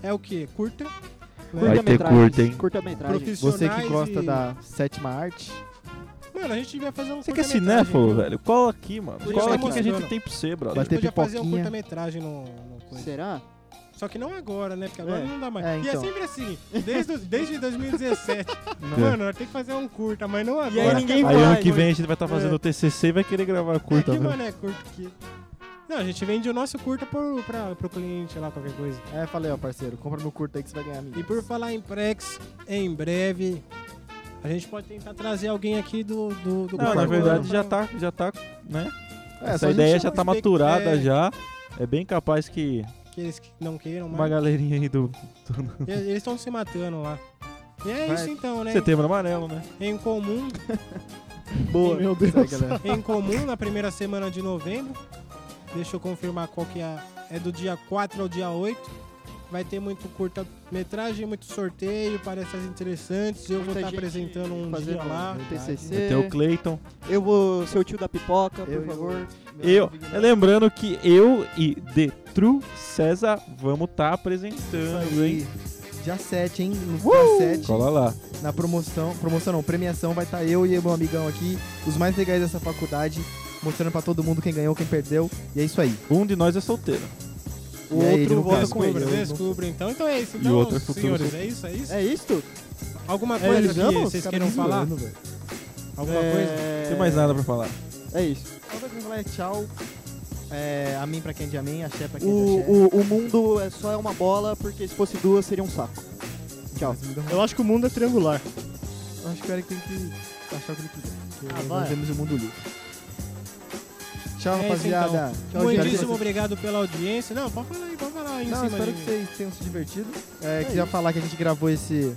E: é o quê? Curta,
F: Vai ter
D: Curta-metragens,
F: curta, hein?
D: Curta-metragem.
E: profissionais
G: Você que gosta
E: e-
G: da sétima arte,
E: Mano, a gente vai fazer um
F: Você que é
E: curta-metragem, né?
F: cinéfalo,
E: viu?
F: velho? Cola aqui, mano.
E: Deixa
F: Cola
E: eu
F: aqui que a
E: mostrar.
F: gente tem pra você,
E: A
F: brother.
E: gente
G: Bater
E: podia fazer um
G: pipoquinha.
E: curta-metragem no, no coisa.
D: Será?
E: Só que não agora, né? Porque agora
D: É.
E: não dá mais.
G: É,
E: E é
G: então.
E: sempre assim, desde, os- desde 2017.
G: Não.
E: Mano, nós tem que fazer um curta, mas não agora.
D: E aí ninguém
F: Aí
D: vai.
F: ano que vem a gente vai estar fazendo o TCC e vai querer gravar curta,
E: é
F: né?
E: que,
F: velho.
E: mano, é curto que... Não, a gente vende o nosso curta pro, pra, pro cliente lá, qualquer coisa.
G: é, falei, ó, parceiro, compra meu curto aí que você vai ganhar
E: E
G: amigos.
E: por falar em Prex, em breve, a gente pode tentar trazer alguém aqui do... do, do
F: Não, na
E: Guarulhos pra-
F: verdade já tá, já tá, né?
G: É, só
F: Essa
G: a gente
F: ideia
G: chamar
F: já tá
E: chama-
F: maturada
E: É.
F: já. É bem capaz que
E: Que eles que não queiram,
F: uma
E: mas
F: galerinha aí do
E: e- eles estão se matando lá. E é
G: Vai.
E: isso então, né?
F: Setembro Amarelo, né?
E: Em comum,
F: é
G: Boa. Meu Deus. Sai, galera.
E: em comum na primeira semana de novembro. Deixa eu confirmar qual que é. a- É do dia 4 ao dia 8. Vai ter muito curta-metragem, muito sorteio, palestras interessantes. Eu vou
D: Muita
E: estar
D: gente
E: apresentando um
D: fazendo
E: dia lá.
G: né?
D: TCC.
F: Tem o Clayton.
D: Eu vou ser o tio da pipoca,
G: Eu-
D: por favor.
F: Eu, lembrando que eu e The True César vamos tá apresentando, hein?
G: Dia 7, hein? No dia 7,
F: Cola lá.
G: na promoção, promoção não, premiação, vai estar eu e meu amigão aqui, os mais legais dessa faculdade, mostrando pra todo mundo quem ganhou, quem perdeu, e é isso aí.
F: Um de nós é solteiro.
D: O
G: E aí, ele
D: outro
G: não
D: volta
G: casa.
D: com ele.
E: Descubra,
G: eu não-
E: descubra. Então, então é isso.
F: E
E: Então,
F: outro é futuro.
E: senhores, é isso, é isso.
D: É isto?
E: Alguma
G: É,
E: coisa
G: eles
E: que
G: amam os
E: vocês
G: caras
E: queiram
G: me
E: falar?
G: zoando, velho.
E: Alguma
D: É,
E: coisa?
F: Não tem mais nada pra falar.
D: É isso.
G: Só pra falar é tchau, é, amém pra quem é de amém, axé
F: tá
G: pra quem é de axé.
D: O, o, o mundo é só é uma bola, porque se fosse duas seria um saco. Tchau.
G: Mas me dá um-
I: Eu acho que o mundo é triangular.
G: Eu acho que o Eric tem que achar o que ele quiser. porque
I: Ah, vai.
G: nós temos o mundo livre. Tchau,
E: É isso,
G: rapaziada. Tchau, gente.
E: Muitíssimo obrigado pela audiência. Não, pode falar aí, pode falar aí em
G: Não,
E: cima de
G: espero que
E: mim.
G: vocês tenham se divertido. É, queria falar que a gente gravou esse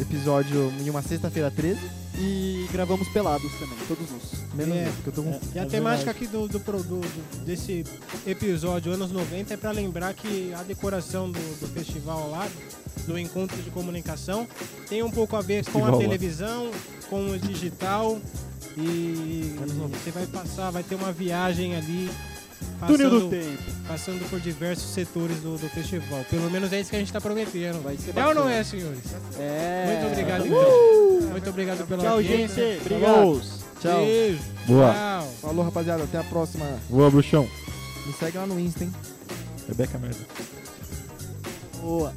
G: episódio em uma sexta-feira 13,
D: E gravamos pelados também, todos nós.
G: menos
E: É.
G: eu, porque eu tô com... um
E: E a temática aqui do, do, pro- do- do- desse episódio, anos 90, é para lembrar que a decoração do, do festival lá, do encontro de comunicação, tem um pouco a ver com
F: Festival
E: a
F: lá.
E: televisão, com o digital. E você vai passar, vai ter uma viagem ali.
D: Túnel do
E: Passando,
D: tempo.
E: passando por diversos setores do, do festival. Pelo menos é isso que a gente está prometendo.
D: Vai ser
E: É ou não
D: bacana.
E: é, senhores?
D: É.
E: Muito obrigado, então. Muito obrigado pela
D: Tchau, gente.
E: audiência.
D: Obrigado.
G: Tchau.
E: Beijo.
F: Tá Boa.
E: Tchau.
G: Falou, rapaziada. Até a próxima.
F: Boa, bruxão.
G: Me segue lá no Insta, hein?
F: Rebeca merda.
D: Boa.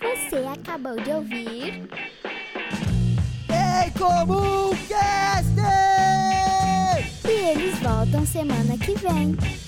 J: Você acabou de ouvir.
D: Em comum, Caster!
J: E eles voltam semana que vem.